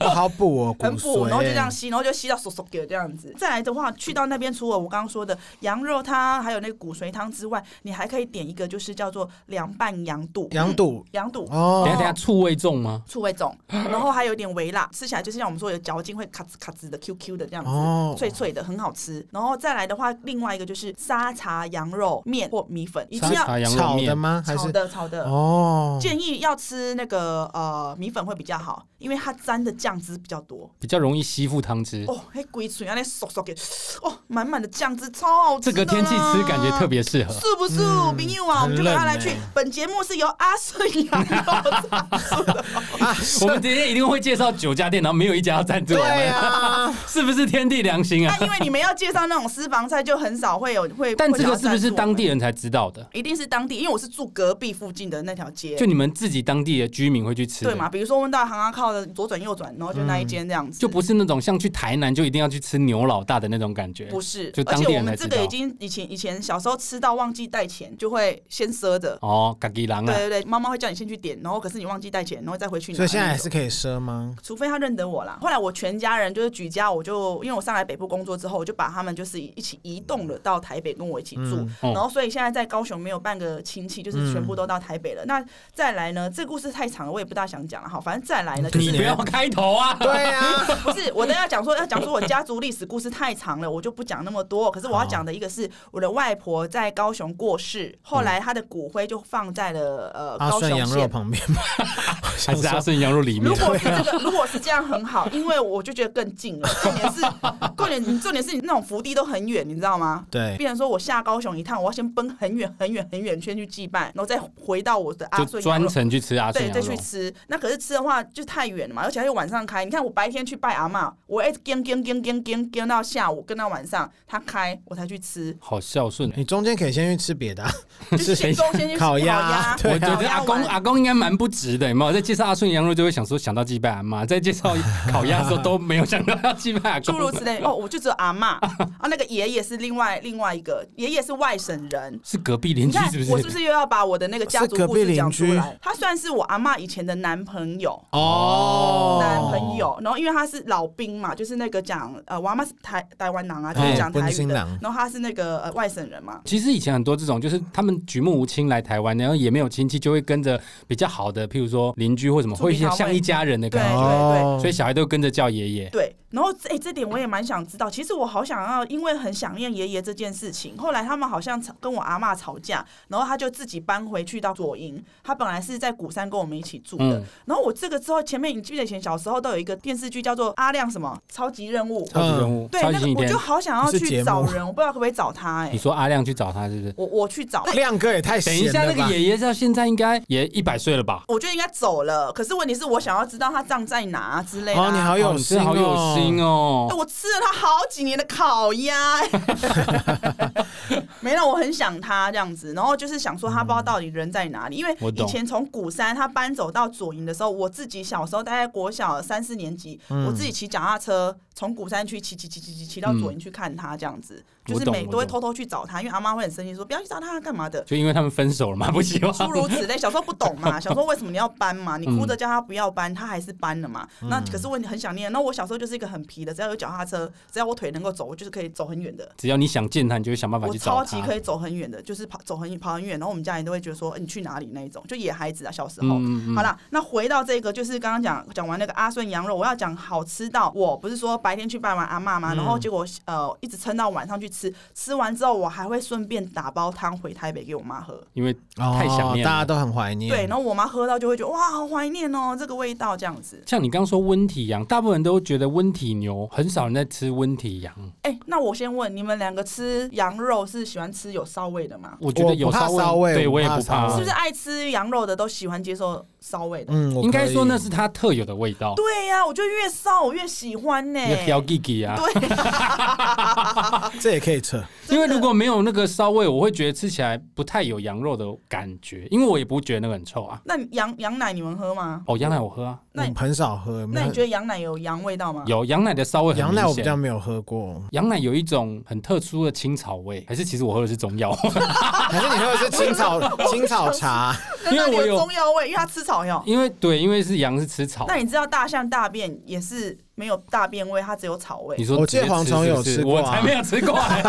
[SPEAKER 3] 我好补哦，骨
[SPEAKER 4] 很补，
[SPEAKER 3] 髓
[SPEAKER 4] 然后就这样吸，然后就吸到嗖嗖给这样子。再来的话，去到那边除了我刚刚说的羊肉汤还有那个骨髓汤之外，你还可以点一个就是叫做凉拌羊肚，嗯
[SPEAKER 3] 羊肚
[SPEAKER 4] 羊肚
[SPEAKER 2] 等一
[SPEAKER 3] 哦
[SPEAKER 2] 下，等一下，醋味重吗？
[SPEAKER 4] 醋味重，然后还有一点微辣，吃起来就是像我们说有嚼劲会咔吱咔吱的 Q Q 的这样子。
[SPEAKER 3] 哦，
[SPEAKER 4] 脆脆的，很好吃。然后再来的话，另外一个就是沙茶羊肉面或米粉，一定
[SPEAKER 2] 沙
[SPEAKER 4] 要
[SPEAKER 2] 茶羊肉
[SPEAKER 3] 炒的
[SPEAKER 2] 面，
[SPEAKER 3] 吗？还
[SPEAKER 4] 炒
[SPEAKER 3] 是
[SPEAKER 4] 的炒的。
[SPEAKER 3] 哦？
[SPEAKER 4] 建议要吃那个呃米粉会比较好，因为它沾的酱汁比较多。
[SPEAKER 2] 比较容易吸附汤汁。
[SPEAKER 4] 哦，那鬼嘴啊，那嗖嗖给，哦，满满的酱汁，超好吃
[SPEAKER 2] 这
[SPEAKER 4] 的
[SPEAKER 2] 个
[SPEAKER 4] 啦。
[SPEAKER 2] 天气吃感觉特别适合。
[SPEAKER 4] 是不是？
[SPEAKER 3] 嗯
[SPEAKER 4] 朋友啊，我们
[SPEAKER 3] 很
[SPEAKER 4] 就
[SPEAKER 3] 冷
[SPEAKER 4] 赶快来去
[SPEAKER 3] 欸。
[SPEAKER 4] 本节目是由阿顺羊肉赞助的，
[SPEAKER 2] 我们今天一定会介绍九家店，然后没有一家要赞助我
[SPEAKER 3] 对啊
[SPEAKER 2] 们，
[SPEAKER 3] 呀，
[SPEAKER 2] 是不是天地良心啊
[SPEAKER 4] 啊那？因为你们要介绍那种私房菜，就很少会有会。
[SPEAKER 2] 但
[SPEAKER 4] 会
[SPEAKER 2] 这
[SPEAKER 4] 想
[SPEAKER 2] 个
[SPEAKER 4] 要
[SPEAKER 2] 是不
[SPEAKER 4] 赞助
[SPEAKER 2] 是
[SPEAKER 4] 我们
[SPEAKER 2] 当地？人才知道的？
[SPEAKER 4] 一定是当地，因为我是住隔壁附近的那条街。
[SPEAKER 2] 就你们自己当地的居民会去吃的
[SPEAKER 4] 对嘛？比如说问到行阿靠的左转右转，然后就那一间这样子，
[SPEAKER 2] 就不是那种像去台南就一定要去吃牛老大的那种感觉。
[SPEAKER 4] 不是
[SPEAKER 2] 就，
[SPEAKER 4] 而
[SPEAKER 2] 当地
[SPEAKER 4] 且我
[SPEAKER 2] 人才
[SPEAKER 4] 们
[SPEAKER 2] 知
[SPEAKER 4] 这
[SPEAKER 2] 道
[SPEAKER 4] 个已经以前以前小时候吃到忘记带钱，就会先赊着。
[SPEAKER 2] 哦，嘎吉郎
[SPEAKER 4] 对
[SPEAKER 2] 啊，
[SPEAKER 4] 对对，妈妈会叫你先去点，然后可是你忘记带钱，然后再回去拿。
[SPEAKER 3] 所以现在还是，可以赊 吗？
[SPEAKER 4] 除非他认得我啦。后来我全家人就是举家，我就因为我上来北部工作之后，我就把他们就是一起移动了到台北跟我一起住。
[SPEAKER 3] 嗯
[SPEAKER 2] 哦
[SPEAKER 4] 然后，所以现在在高雄没有半个亲戚，就是全部都到台北
[SPEAKER 3] 嗯
[SPEAKER 4] 了。那再来呢？这故事太长了，我也不大想讲了。好，反正再来 呢，就是
[SPEAKER 2] 你不要开头啊！
[SPEAKER 3] 对呀，
[SPEAKER 4] 不是，我都要讲说，要讲说我家族历史故事太长了，我就不讲那么多。可是我要讲的一个是，我的外婆在高雄过世，后来她的骨灰就放在了呃
[SPEAKER 3] 嗯阿
[SPEAKER 4] 高
[SPEAKER 3] 顺啊
[SPEAKER 4] 雄
[SPEAKER 3] 羊肉
[SPEAKER 4] 县。
[SPEAKER 3] 旁边 吗？还
[SPEAKER 2] 还是阿顺羊肉里面
[SPEAKER 4] 如，果是这个， 如果是这样很好，因为我就觉得更近了。重点是， 重点你重点是你那种福地都很远，你知道吗？
[SPEAKER 3] 对，
[SPEAKER 4] 变成说我下高雄一趟，我要先奔很远很远很远先去祭拜，然后再回到我的阿
[SPEAKER 2] 就
[SPEAKER 4] 顺羊
[SPEAKER 2] 专
[SPEAKER 4] 肉
[SPEAKER 2] 程去吃阿顺
[SPEAKER 4] 对，
[SPEAKER 2] 羊
[SPEAKER 4] 再
[SPEAKER 2] 肉
[SPEAKER 4] 去。吃。那可是吃的话就太远了嘛，而且还有晚上开。你看我白天去拜阿嬷，我一直跟跟跟跟跟跟到下午，跟到晚上，他开我才 去吃。
[SPEAKER 2] 好孝顺，
[SPEAKER 3] 你中间可以先去吃别的啊，
[SPEAKER 4] 就是先中先去吃
[SPEAKER 3] 烤
[SPEAKER 4] 鸭，
[SPEAKER 3] 鸭
[SPEAKER 2] 我
[SPEAKER 3] 对
[SPEAKER 2] 觉
[SPEAKER 4] 烤
[SPEAKER 2] 得
[SPEAKER 4] 鸭
[SPEAKER 2] 阿公
[SPEAKER 4] 丸
[SPEAKER 2] 阿公应该蛮不值的，有没有？在介绍阿顺羊肉就会想说想到祭拜阿妈，在介 绍烤鸭的时候都没有想到要祭拜阿
[SPEAKER 4] 诸如
[SPEAKER 2] 公，
[SPEAKER 4] 此类。哦，我就只有阿嬷 啊，那个爷爷是另外另外一个，爷爷是外省人。
[SPEAKER 2] 是隔壁邻
[SPEAKER 4] 你
[SPEAKER 2] 居
[SPEAKER 4] 看，
[SPEAKER 2] 是不
[SPEAKER 4] 我是不
[SPEAKER 2] 是？
[SPEAKER 4] 是又要把我的那个家
[SPEAKER 3] 是
[SPEAKER 4] 族
[SPEAKER 3] 隔
[SPEAKER 4] 故
[SPEAKER 3] 壁
[SPEAKER 4] 事讲
[SPEAKER 3] 邻
[SPEAKER 4] 出
[SPEAKER 3] 居
[SPEAKER 4] 来？他算是我阿嬷以前的男朋友。
[SPEAKER 3] 哦
[SPEAKER 4] 男朋友，然后因为他是老兵嘛，就是那个讲呃，我阿妈是台台湾人啊，就
[SPEAKER 3] 哎
[SPEAKER 4] 是讲台
[SPEAKER 3] 本
[SPEAKER 4] 语
[SPEAKER 3] 省
[SPEAKER 4] 的
[SPEAKER 3] 人，
[SPEAKER 4] 然后他是那个呃外省人嘛，
[SPEAKER 2] 其实以前很多这种，就是他们举目无亲来台湾，然后也没有亲戚，就会跟着比较好的，譬如说邻居或什么，
[SPEAKER 4] 住
[SPEAKER 2] 会
[SPEAKER 4] 比较
[SPEAKER 2] 像
[SPEAKER 4] 会
[SPEAKER 2] 一家人的
[SPEAKER 4] 对
[SPEAKER 2] 感
[SPEAKER 4] 对
[SPEAKER 2] 觉，
[SPEAKER 3] 哦
[SPEAKER 2] 所以小孩都跟着叫爷爷。
[SPEAKER 4] 对，然后哎、这点我也蛮想知道。其实我好想要，因为很想念爷爷这件事情。后来他们好像吵跟我阿嬷吵架，然后他就自己搬回去到左营。他本来是在鼓山跟我们一起住的。
[SPEAKER 2] 嗯
[SPEAKER 4] 然后我这个之后，前面你记不记得以前小时候都有一个电视剧叫做《阿亮什么超级任务》？
[SPEAKER 3] 哦
[SPEAKER 2] 超级人物，
[SPEAKER 3] 嗯
[SPEAKER 4] 对，
[SPEAKER 2] 超级
[SPEAKER 4] 那个
[SPEAKER 2] 星期
[SPEAKER 4] 我
[SPEAKER 2] 天
[SPEAKER 4] 就。好想要
[SPEAKER 3] 是节
[SPEAKER 4] 去
[SPEAKER 3] 目
[SPEAKER 4] 找人，我不知道可不可以找他、
[SPEAKER 2] 你
[SPEAKER 4] 哎，
[SPEAKER 2] 说阿亮去找他是不是？
[SPEAKER 4] 我我去找。哎
[SPEAKER 3] 亮哥也太
[SPEAKER 2] 等一
[SPEAKER 3] 闲
[SPEAKER 2] 下，那
[SPEAKER 3] 了
[SPEAKER 2] 个
[SPEAKER 3] 吧？
[SPEAKER 2] 爷爷到现在应该也一百岁了吧？
[SPEAKER 4] 我觉得应该走了，可是问题是我想要知道他葬在哪之类的啊、
[SPEAKER 3] 哦，你好有
[SPEAKER 2] 哦你
[SPEAKER 3] 心
[SPEAKER 2] 真的好有心
[SPEAKER 3] 哦，
[SPEAKER 4] 哎
[SPEAKER 2] 哦！
[SPEAKER 4] 我吃了他好几年的烤鸭、哎 没了，我很想他这样子，然后就是想说他不知道到底人在哪里，因为
[SPEAKER 2] 我
[SPEAKER 4] 以
[SPEAKER 2] 懂
[SPEAKER 4] 前从鼓山他搬走到左营的时候，我自己小时候大概国小三四年级，
[SPEAKER 2] 嗯
[SPEAKER 4] 我自己骑脚踏车从鼓山区骑骑骑骑骑骑到左营去看他这样子，
[SPEAKER 2] 我
[SPEAKER 4] 就是
[SPEAKER 2] 懂
[SPEAKER 4] 每
[SPEAKER 2] 我
[SPEAKER 4] 都会
[SPEAKER 2] 懂
[SPEAKER 4] 偷偷去找他，因为阿妈会很生气说不要去找他干嘛的。
[SPEAKER 2] 就因为他们分手了嘛， 不希望。
[SPEAKER 4] 诸如此类，小时候不懂嘛， 小时候为什么你要搬嘛？
[SPEAKER 2] 嗯
[SPEAKER 4] 你哭着叫他不要搬，他还是搬了嘛。那可是问题很想念。那我小时候就是一个很皮的，只要有脚踏车，只要我腿能够走，我就是可以走很远的。
[SPEAKER 2] 只要你想见他，你就会想办法
[SPEAKER 4] 我
[SPEAKER 2] 去
[SPEAKER 4] 我
[SPEAKER 2] 找
[SPEAKER 4] 超
[SPEAKER 2] 他
[SPEAKER 4] 级。可以走很远的，就是跑走很跑很远，然后我们家人都会觉得说、欸你去哪里那一种，就野孩子啊，小时候。
[SPEAKER 2] 嗯嗯嗯
[SPEAKER 4] 好啦，那回到这个，就是刚刚讲讲完那个阿顺羊肉，我要讲好吃到我不是说白天去拜完阿妈
[SPEAKER 2] 嗯
[SPEAKER 4] 嘛，然后结果呃一直撑到晚上去吃，吃完之后我还会顺便打包汤回台北给我妈喝。
[SPEAKER 2] 因为
[SPEAKER 3] 哦
[SPEAKER 2] 太想念了
[SPEAKER 3] 大家都很怀念。
[SPEAKER 4] 对，然后我妈喝到就会觉得哇，好怀念哦，这个味道这样子。
[SPEAKER 2] 像你刚刚说温体羊，大部分人都觉得温体牛，很少人在吃温体羊。
[SPEAKER 4] 哎、那我先问你们两个吃羊肉是喜欢吃有骚味的吗？
[SPEAKER 2] 我觉得
[SPEAKER 3] 我
[SPEAKER 2] 有
[SPEAKER 3] 不怕
[SPEAKER 2] 稍
[SPEAKER 3] 骚味
[SPEAKER 2] 对
[SPEAKER 3] 我
[SPEAKER 2] 我也
[SPEAKER 3] 不怕
[SPEAKER 2] 不怕
[SPEAKER 3] 骚嗯味
[SPEAKER 4] 是不是。爱吃羊肉的都喜欢接受骚味的？
[SPEAKER 3] 嗯，我
[SPEAKER 2] 应该
[SPEAKER 3] 可以
[SPEAKER 2] 说那是它特有的味道，
[SPEAKER 4] 对呀、我就越骚我越喜欢呢、
[SPEAKER 2] 那个小 gigi 啊。
[SPEAKER 4] 对，
[SPEAKER 3] 这也可以扯。
[SPEAKER 2] 因为
[SPEAKER 4] 真的
[SPEAKER 2] 如果没有那个骚味，我会觉得吃起来不太有羊肉的感觉，因为我也不觉得那个很臭啊。
[SPEAKER 4] 那羊羊奶你们喝吗？
[SPEAKER 2] 哦，羊奶我喝啊，
[SPEAKER 3] 我
[SPEAKER 4] 那你
[SPEAKER 3] 们很少喝，
[SPEAKER 4] 那你觉
[SPEAKER 3] 得
[SPEAKER 4] 得羊奶有羊味道吗？
[SPEAKER 2] 有羊奶的骚味很
[SPEAKER 3] 哦羊奶我
[SPEAKER 2] 明
[SPEAKER 3] 比
[SPEAKER 2] 显
[SPEAKER 3] 较没有喝过，
[SPEAKER 2] 羊奶有一种很特殊的青草味，还是其实我喝的是中 药，
[SPEAKER 3] 还是你喝的是青 草青草茶？
[SPEAKER 4] 那那
[SPEAKER 2] 因为
[SPEAKER 4] 里
[SPEAKER 2] 我有嗯
[SPEAKER 4] 中药味，因为它吃草药。
[SPEAKER 2] 因为对，因为是羊是吃草
[SPEAKER 4] 那。你知道大象大便也是没有大便味，它只有草味
[SPEAKER 2] 你。说
[SPEAKER 3] 我记得
[SPEAKER 2] 直接
[SPEAKER 3] 蝗虫有
[SPEAKER 2] 是不是
[SPEAKER 3] 吃过
[SPEAKER 2] 我
[SPEAKER 3] 啊
[SPEAKER 2] 才没有吃过、 欸。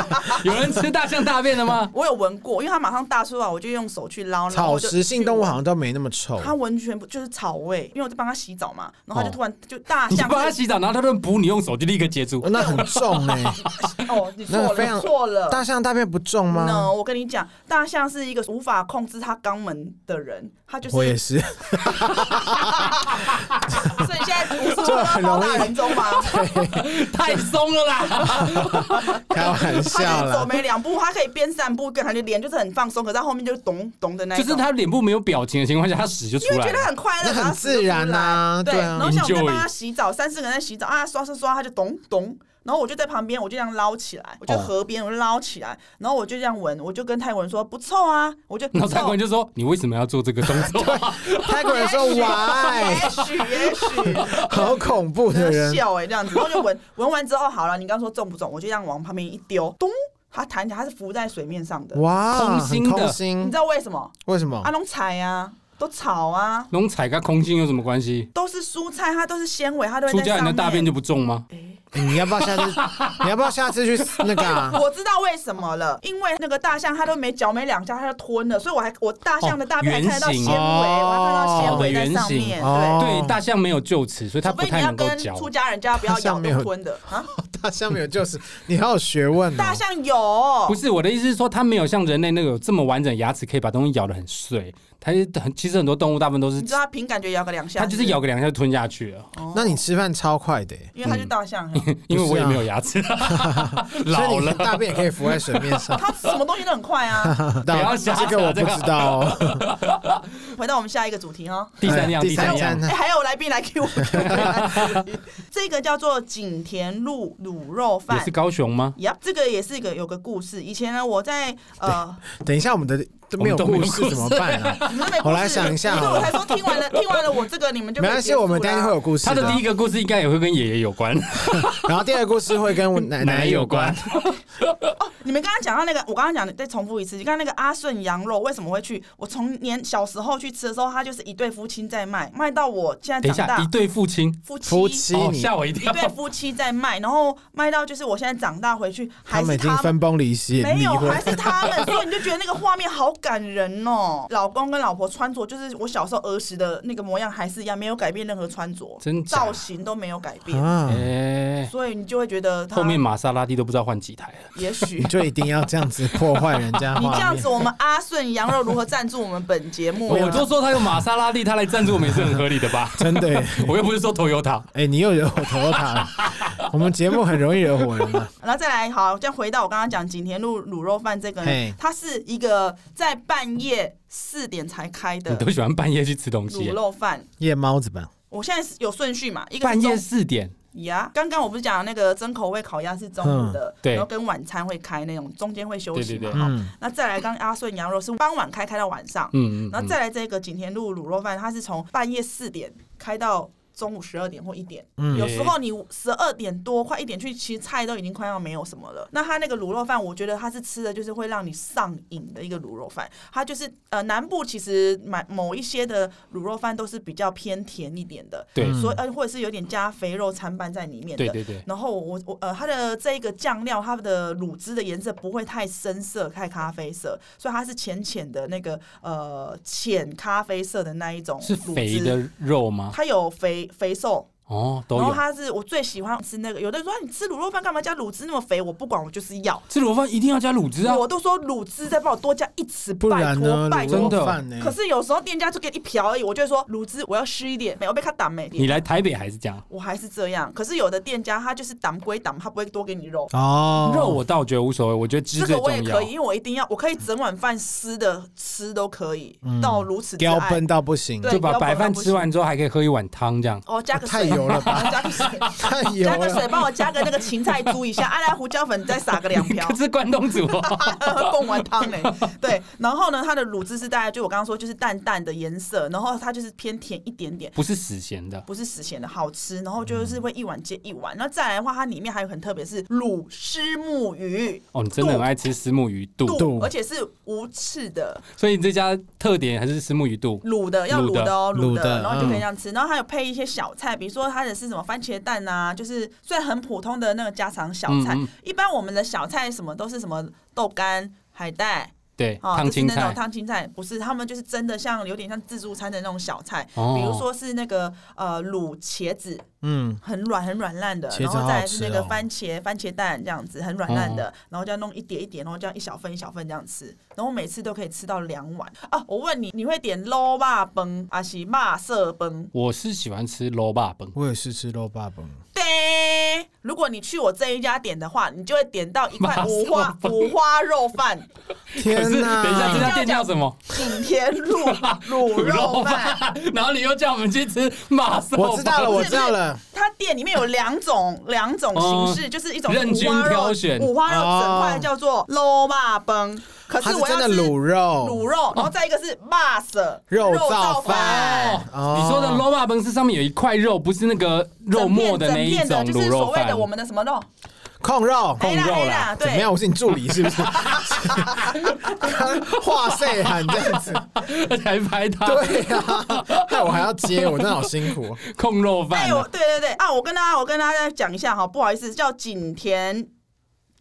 [SPEAKER 2] 有人吃大象大便的吗？
[SPEAKER 4] 我有闻过，因为它马上大出来，我就用手去捞。 然后
[SPEAKER 3] 草
[SPEAKER 4] 我就
[SPEAKER 3] 食性动物好像都没那么臭。
[SPEAKER 4] 它完全不就是草味，因为我在帮它洗澡嘛，然后它
[SPEAKER 2] 哦
[SPEAKER 4] 就突然就大
[SPEAKER 2] 你
[SPEAKER 4] 象
[SPEAKER 2] 帮他洗澡，然后他都补，你用手就立刻接住
[SPEAKER 3] 哦。那很重哎、
[SPEAKER 4] 哦，你错
[SPEAKER 3] 那非常
[SPEAKER 4] 了错了。
[SPEAKER 3] 大象大便不重
[SPEAKER 4] no，
[SPEAKER 3] 吗？
[SPEAKER 4] 我跟你讲，大象是一个无法控制它肛门的人，它就是。
[SPEAKER 3] 我也是，
[SPEAKER 4] 所以现在读书
[SPEAKER 3] 这
[SPEAKER 4] 都
[SPEAKER 3] 很
[SPEAKER 4] 包
[SPEAKER 3] 容易
[SPEAKER 4] 大人 中嘛，
[SPEAKER 2] 太松了啦！
[SPEAKER 3] 开玩
[SPEAKER 4] 他
[SPEAKER 3] 笑
[SPEAKER 4] 就走
[SPEAKER 3] 啦。
[SPEAKER 4] 没两步，他可以边散步跟他的脸就是很放松，可是他后面就是咚咚的那一
[SPEAKER 2] 就
[SPEAKER 4] 种，
[SPEAKER 2] 是他脸部没有表情的情况下，他屎就出
[SPEAKER 4] 因为
[SPEAKER 2] 来
[SPEAKER 4] 觉得
[SPEAKER 2] 了。
[SPEAKER 4] 很快乐，
[SPEAKER 3] 那很
[SPEAKER 4] 然后死都
[SPEAKER 3] 自然啊
[SPEAKER 4] 不来
[SPEAKER 3] 对
[SPEAKER 4] 对。
[SPEAKER 3] 啊
[SPEAKER 4] 然后像我
[SPEAKER 2] Enjoy
[SPEAKER 4] 们在帮他洗澡，三四个人在洗澡啊，刷刷刷，他就咚咚。然后我就在旁边，我就这样捞起来，
[SPEAKER 3] 哦
[SPEAKER 4] 我就河边，我就捞起来，然后我就这样闻，我就跟泰国人说不臭啊，我就不
[SPEAKER 2] 然后蔡
[SPEAKER 4] 臭
[SPEAKER 2] 国人。就说：“你为什么要做这个动 作？”
[SPEAKER 3] 泰国人说 why，
[SPEAKER 4] 也许 也许，
[SPEAKER 3] 好恐怖的
[SPEAKER 4] 然后
[SPEAKER 3] 人。
[SPEAKER 4] 笑哎、这样子，然后就闻闻完之后，好了，你刚说重不重？我就这样往旁边一丢，咚，它弹起来，它是浮在水面上的。
[SPEAKER 3] 哇，哦
[SPEAKER 2] 空
[SPEAKER 3] 很
[SPEAKER 2] 心的
[SPEAKER 3] 空
[SPEAKER 4] 你
[SPEAKER 3] 心
[SPEAKER 4] 知，道为什么？
[SPEAKER 3] 为什么
[SPEAKER 4] 阿？龙采啊，都草啊，
[SPEAKER 2] 农彩跟空心有什么关系？
[SPEAKER 4] 都是蔬菜，它都是纤维，它都会
[SPEAKER 2] 出
[SPEAKER 4] 在
[SPEAKER 2] 家人
[SPEAKER 4] 上
[SPEAKER 2] 的
[SPEAKER 4] 面。
[SPEAKER 2] 大便就不重吗？
[SPEAKER 3] 嗯你要不要下次？你要不要下次去那个 啊？
[SPEAKER 4] 我知道为什么了，因为那个大象它都没嚼没两下，它就吞了，所以我还我大象的大便还看得到纤维，
[SPEAKER 3] 哦
[SPEAKER 4] 我还看到纤维在上面。
[SPEAKER 3] 哦
[SPEAKER 4] 对，
[SPEAKER 2] 对，大象没有臼齿，所以它
[SPEAKER 4] 除
[SPEAKER 2] 不
[SPEAKER 4] 非你
[SPEAKER 2] 太
[SPEAKER 4] 要
[SPEAKER 2] 能够
[SPEAKER 4] 跟
[SPEAKER 2] 嚼。
[SPEAKER 4] 出家人家不要咬都吞的啊，
[SPEAKER 3] 大象没有，就是你好有学问哦
[SPEAKER 4] 啊大。象 有
[SPEAKER 2] 不。是我的意思是说，它没有像人类那个有这么完整的牙齿，可以把东西咬得很碎。它是很其实很多动物大部分都是
[SPEAKER 4] 你知，道它凭感觉咬个两下，
[SPEAKER 2] 它就是咬，个两下就吞下去了。
[SPEAKER 4] 哦
[SPEAKER 3] 那你吃饭超快的耶，
[SPEAKER 4] 因为它是大象啊。
[SPEAKER 2] 因为
[SPEAKER 3] 不
[SPEAKER 2] 我
[SPEAKER 3] 是啊
[SPEAKER 2] 也没有牙齿，
[SPEAKER 3] 所
[SPEAKER 2] 老
[SPEAKER 3] 以你
[SPEAKER 2] 了。
[SPEAKER 3] 大便也可以浮在水面 上。
[SPEAKER 4] 它什么东西都很快啊。
[SPEAKER 3] 到
[SPEAKER 2] 要瞎扯
[SPEAKER 3] 这个我不知道哦。
[SPEAKER 4] 回到我们下一个主题哦。
[SPEAKER 2] 第三样，
[SPEAKER 3] 哎
[SPEAKER 2] 第三
[SPEAKER 3] 第三
[SPEAKER 2] 样
[SPEAKER 3] 样。
[SPEAKER 4] 哎、还有来宾来 Q 我，这个叫做景田路卤肉
[SPEAKER 2] 也
[SPEAKER 4] 饭
[SPEAKER 2] 是。高雄吗？
[SPEAKER 4] 呀这个也是一个有个故事。以前呢，我在呃，
[SPEAKER 3] 等一下，我们的都没有
[SPEAKER 2] 我们都没
[SPEAKER 3] 故
[SPEAKER 2] 有故
[SPEAKER 3] 事
[SPEAKER 2] 事
[SPEAKER 3] 怎么办啊？
[SPEAKER 4] 你们没故事
[SPEAKER 3] 我来想一下
[SPEAKER 4] 可是我才说听完了，听完了我这个你们就
[SPEAKER 3] 没
[SPEAKER 4] 可以
[SPEAKER 3] 关系，
[SPEAKER 4] 结束
[SPEAKER 3] 我们
[SPEAKER 4] 啦
[SPEAKER 3] 等一下会有故事
[SPEAKER 2] 他的第一个故事应该也会跟爷爷有关，
[SPEAKER 3] 然后第二个故事会跟我奶奶有关。。
[SPEAKER 4] 你们刚刚讲到那个，我刚刚讲的，再重复一次。你看那个阿顺羊肉为什么会去？我从年小时候去吃的时候，它就是一对夫妻在卖，卖到我现 在
[SPEAKER 2] 等一
[SPEAKER 4] 长
[SPEAKER 2] 下，
[SPEAKER 4] 大
[SPEAKER 2] 一，对父亲，
[SPEAKER 4] 夫妻
[SPEAKER 3] 夫妻，
[SPEAKER 2] 哦，
[SPEAKER 3] 你
[SPEAKER 2] 吓我一跳
[SPEAKER 4] 一。对夫妻在卖，然后卖到就是我现在长大回去，还
[SPEAKER 3] 他们已
[SPEAKER 4] 是
[SPEAKER 3] 经
[SPEAKER 4] 他们
[SPEAKER 3] 分崩离析，
[SPEAKER 4] 没
[SPEAKER 3] 离
[SPEAKER 4] 有，
[SPEAKER 3] 婚
[SPEAKER 4] 还。是他们，所以你就觉得那个画面好感人哦。老公跟老婆穿着就是我小时候儿时的那个模样，还是一样，没有改变任何穿着，
[SPEAKER 2] 真假
[SPEAKER 4] 造型都没有改变，
[SPEAKER 3] 啊，
[SPEAKER 2] 哎，
[SPEAKER 4] 所以你就会觉得他
[SPEAKER 2] 后面玛莎拉蒂都不知道换几台了。
[SPEAKER 4] 也许
[SPEAKER 3] 你。 就一定要这样子破坏人家
[SPEAKER 4] 你这
[SPEAKER 3] 画
[SPEAKER 4] 样
[SPEAKER 3] 面？
[SPEAKER 4] 子，？我们阿顺羊肉如何赞助我们本节目？
[SPEAKER 2] 我就说他有玛莎拉蒂，他来赞助我们也是很合理的吧
[SPEAKER 3] 真的耶，
[SPEAKER 2] 我又不是说 Toyota。
[SPEAKER 3] 哎，你又惹火头塔了。我们节目很容易惹火人啊的，
[SPEAKER 4] 然后再来，好，再回到我刚刚讲景田路卤肉饭这个
[SPEAKER 3] 嘿
[SPEAKER 4] 呢，它是一个在半夜四点才开
[SPEAKER 2] 你
[SPEAKER 4] 的
[SPEAKER 2] 都喜欢半夜去吃东西
[SPEAKER 4] 啊卤，肉饭。
[SPEAKER 3] 夜猫子吧？
[SPEAKER 4] 我现在是有顺序嘛？一个是
[SPEAKER 2] 半夜
[SPEAKER 4] 中
[SPEAKER 2] 四点，
[SPEAKER 4] 呀刚刚我不是讲那个真口味烤鸭是中午的，
[SPEAKER 2] 对
[SPEAKER 4] 然后跟晚餐会开那种，中间会休息嘛。
[SPEAKER 2] 对对对
[SPEAKER 4] 哈
[SPEAKER 3] 嗯
[SPEAKER 4] 那再来，刚刚阿顺羊肉是傍晚开，开到晚上，
[SPEAKER 2] 嗯嗯，
[SPEAKER 4] 然后再来这个景田路卤肉饭，它是从半夜四点开到中午十二点或一点，
[SPEAKER 3] 嗯
[SPEAKER 4] 有时候你十二点多快一点去，其实菜都已经快要没有什么了。那他那个卤肉饭，我觉得他是吃的就是会让你上瘾的一个卤肉饭。它就是呃南部其实买某一些的卤肉饭都是比较偏甜一点的，
[SPEAKER 2] 对
[SPEAKER 4] 所以呃或者是有点加肥肉参半在里面的
[SPEAKER 2] 嗯对。对对，
[SPEAKER 4] 然后我我呃，它的这一个酱料，它的卤汁的颜色不会太深色，太咖啡色，所以它是浅浅的那个呃浅咖啡色的那一种
[SPEAKER 2] 是
[SPEAKER 4] 卤
[SPEAKER 2] 肥
[SPEAKER 4] 汁
[SPEAKER 2] 的肉吗？
[SPEAKER 4] 它有肥肥瘦，
[SPEAKER 2] 哦，都
[SPEAKER 4] 然后
[SPEAKER 2] 有。
[SPEAKER 4] 它是我最喜欢吃那个。有的人说啊你吃卤肉饭干嘛加卤汁那么肥？我不管，我就是要。
[SPEAKER 2] 吃卤肉饭一定要加卤汁啊！
[SPEAKER 4] 我都说卤汁再帮我多加一匙，
[SPEAKER 3] 不
[SPEAKER 4] 拜
[SPEAKER 3] 然
[SPEAKER 4] 托
[SPEAKER 3] 呢？啊
[SPEAKER 4] 拜
[SPEAKER 3] 卤
[SPEAKER 4] 托
[SPEAKER 3] 肉
[SPEAKER 2] 真。的
[SPEAKER 3] 饭呢？
[SPEAKER 4] 可是有时候店家就给一瓢而已，我就会说卤汁我要湿一点，没有被他打没。
[SPEAKER 2] 你来台北还是这样？
[SPEAKER 4] 我还是这样。可是有的店家他就是挡归挡，他不会多给你肉。
[SPEAKER 3] 哦，
[SPEAKER 2] 肉我倒觉得无所谓，我觉得汁
[SPEAKER 4] 这
[SPEAKER 2] 最
[SPEAKER 4] 个
[SPEAKER 2] 重
[SPEAKER 4] 我也
[SPEAKER 2] 要
[SPEAKER 4] 可以，。因为我一定要，我可以整碗饭湿的吃都可以，到如此之
[SPEAKER 3] 刁
[SPEAKER 4] 爱
[SPEAKER 3] 奔。到不行，
[SPEAKER 4] 对
[SPEAKER 2] 就把
[SPEAKER 4] 要不然
[SPEAKER 2] 白饭
[SPEAKER 4] 不
[SPEAKER 2] 吃
[SPEAKER 4] 行
[SPEAKER 2] 完之后，还可以喝一碗汤这样。
[SPEAKER 4] 哦，加个
[SPEAKER 3] 太
[SPEAKER 4] 水，
[SPEAKER 3] 油了吧 啊
[SPEAKER 4] 加个水，
[SPEAKER 3] 太油
[SPEAKER 4] 加个
[SPEAKER 3] 了。
[SPEAKER 4] 水，帮我加个那个芹菜猪一下，阿拉胡椒粉再撒个两 瓢
[SPEAKER 2] 可。是关东煮 哦，
[SPEAKER 4] 贡丸汤嘞，对，然后呢，它的卤汁是大概就我刚刚说，就是淡淡的颜色，然后它就是偏甜一点点，
[SPEAKER 2] 不是死咸的。
[SPEAKER 4] 不是死咸的，好吃，然后就是会一碗接一碗。那再来的话，它里面还有很特别是卤虱目鱼，
[SPEAKER 2] 哦，你真的很爱吃石目鱼肚，
[SPEAKER 4] 肚，而且是无刺的，
[SPEAKER 2] 所以你这家特点还是石目鱼肚。
[SPEAKER 4] 卤的要卤的哦，
[SPEAKER 3] 卤的
[SPEAKER 4] 卤的，然后就可以
[SPEAKER 3] 嗯
[SPEAKER 4] 这样吃。然后还有配一些小菜，比如说它的是什么番茄蛋啊，就是虽然很普通的那个家常小菜
[SPEAKER 2] 嗯嗯，
[SPEAKER 4] 一般我们的小菜什么都是什么豆干、海带。
[SPEAKER 2] 对，
[SPEAKER 4] 哦，
[SPEAKER 2] 烫青
[SPEAKER 4] 就是那
[SPEAKER 2] 菜
[SPEAKER 4] 种。烫青菜，不是他们就是真的像有点像自助餐的那种小菜，
[SPEAKER 2] 哦
[SPEAKER 4] 比如说是那个呃卤茄子，
[SPEAKER 3] 嗯，
[SPEAKER 4] 很软很软烂的，
[SPEAKER 3] 茄子
[SPEAKER 4] 然后
[SPEAKER 3] 好
[SPEAKER 4] 再
[SPEAKER 3] 好
[SPEAKER 4] 来是那
[SPEAKER 3] 吃
[SPEAKER 4] 个
[SPEAKER 3] 哦
[SPEAKER 4] 番茄、番茄蛋这样子，很软烂的，然后这样弄一点一点，然后这样一小份一小份这样吃，然后每次都可以吃到两碗啊！我问你，你会点捞霸崩还是骂色崩？
[SPEAKER 2] 我是喜欢吃萝卜崩，
[SPEAKER 3] 我也是吃肉霸崩，
[SPEAKER 4] 对，如果你去我这一家点的话，你就会点到一块
[SPEAKER 2] 马色
[SPEAKER 4] 五花
[SPEAKER 2] 崩
[SPEAKER 4] 五花肉饭，
[SPEAKER 2] 可是
[SPEAKER 3] 天哪！
[SPEAKER 2] 等一下这
[SPEAKER 4] 知道
[SPEAKER 2] 家店叫什么？
[SPEAKER 4] 顶天路卤肉饭。，
[SPEAKER 2] 然后你又叫我们去吃马寿
[SPEAKER 3] 哦我知道了，
[SPEAKER 2] 饭
[SPEAKER 3] 我知道了，
[SPEAKER 4] 它店里面有两种两种形式，就是一种
[SPEAKER 2] 任君
[SPEAKER 4] 五花肉
[SPEAKER 2] 挑选
[SPEAKER 4] 五花肉整块
[SPEAKER 3] 哦
[SPEAKER 4] 叫做肉霸崩，可
[SPEAKER 3] 它
[SPEAKER 4] 是
[SPEAKER 3] 是
[SPEAKER 4] 我
[SPEAKER 3] 真
[SPEAKER 4] 要
[SPEAKER 3] 的
[SPEAKER 4] 吃
[SPEAKER 3] 卤肉，
[SPEAKER 4] 卤肉，然后再一个是霸色
[SPEAKER 3] 肉
[SPEAKER 4] 燥
[SPEAKER 3] 燥饭
[SPEAKER 2] 哦，你说的
[SPEAKER 3] 哦
[SPEAKER 2] l o b a 崩是上面有一块肉，不不是那个肉末
[SPEAKER 4] 的
[SPEAKER 2] 那一种
[SPEAKER 4] 整片就
[SPEAKER 2] 卤
[SPEAKER 4] 是
[SPEAKER 2] 肉
[SPEAKER 4] 所谓
[SPEAKER 2] 饭
[SPEAKER 4] 的。我们的什么肉，
[SPEAKER 3] 控肉，
[SPEAKER 4] 黑啦
[SPEAKER 2] 肉
[SPEAKER 4] 黑
[SPEAKER 2] 啦
[SPEAKER 4] 啦，
[SPEAKER 3] 怎么
[SPEAKER 4] 对
[SPEAKER 3] 样？。我是你助理是不 是？话塞喊这样 子，
[SPEAKER 2] 才拍他
[SPEAKER 3] 对呀、啊，害我还要接，我真的好辛苦。哦
[SPEAKER 2] 控肉
[SPEAKER 4] 哎
[SPEAKER 2] 饭
[SPEAKER 4] 呦，
[SPEAKER 2] 啊，
[SPEAKER 4] 对对对啊！我跟大家，我跟大家讲一下哈，不好意思，叫景田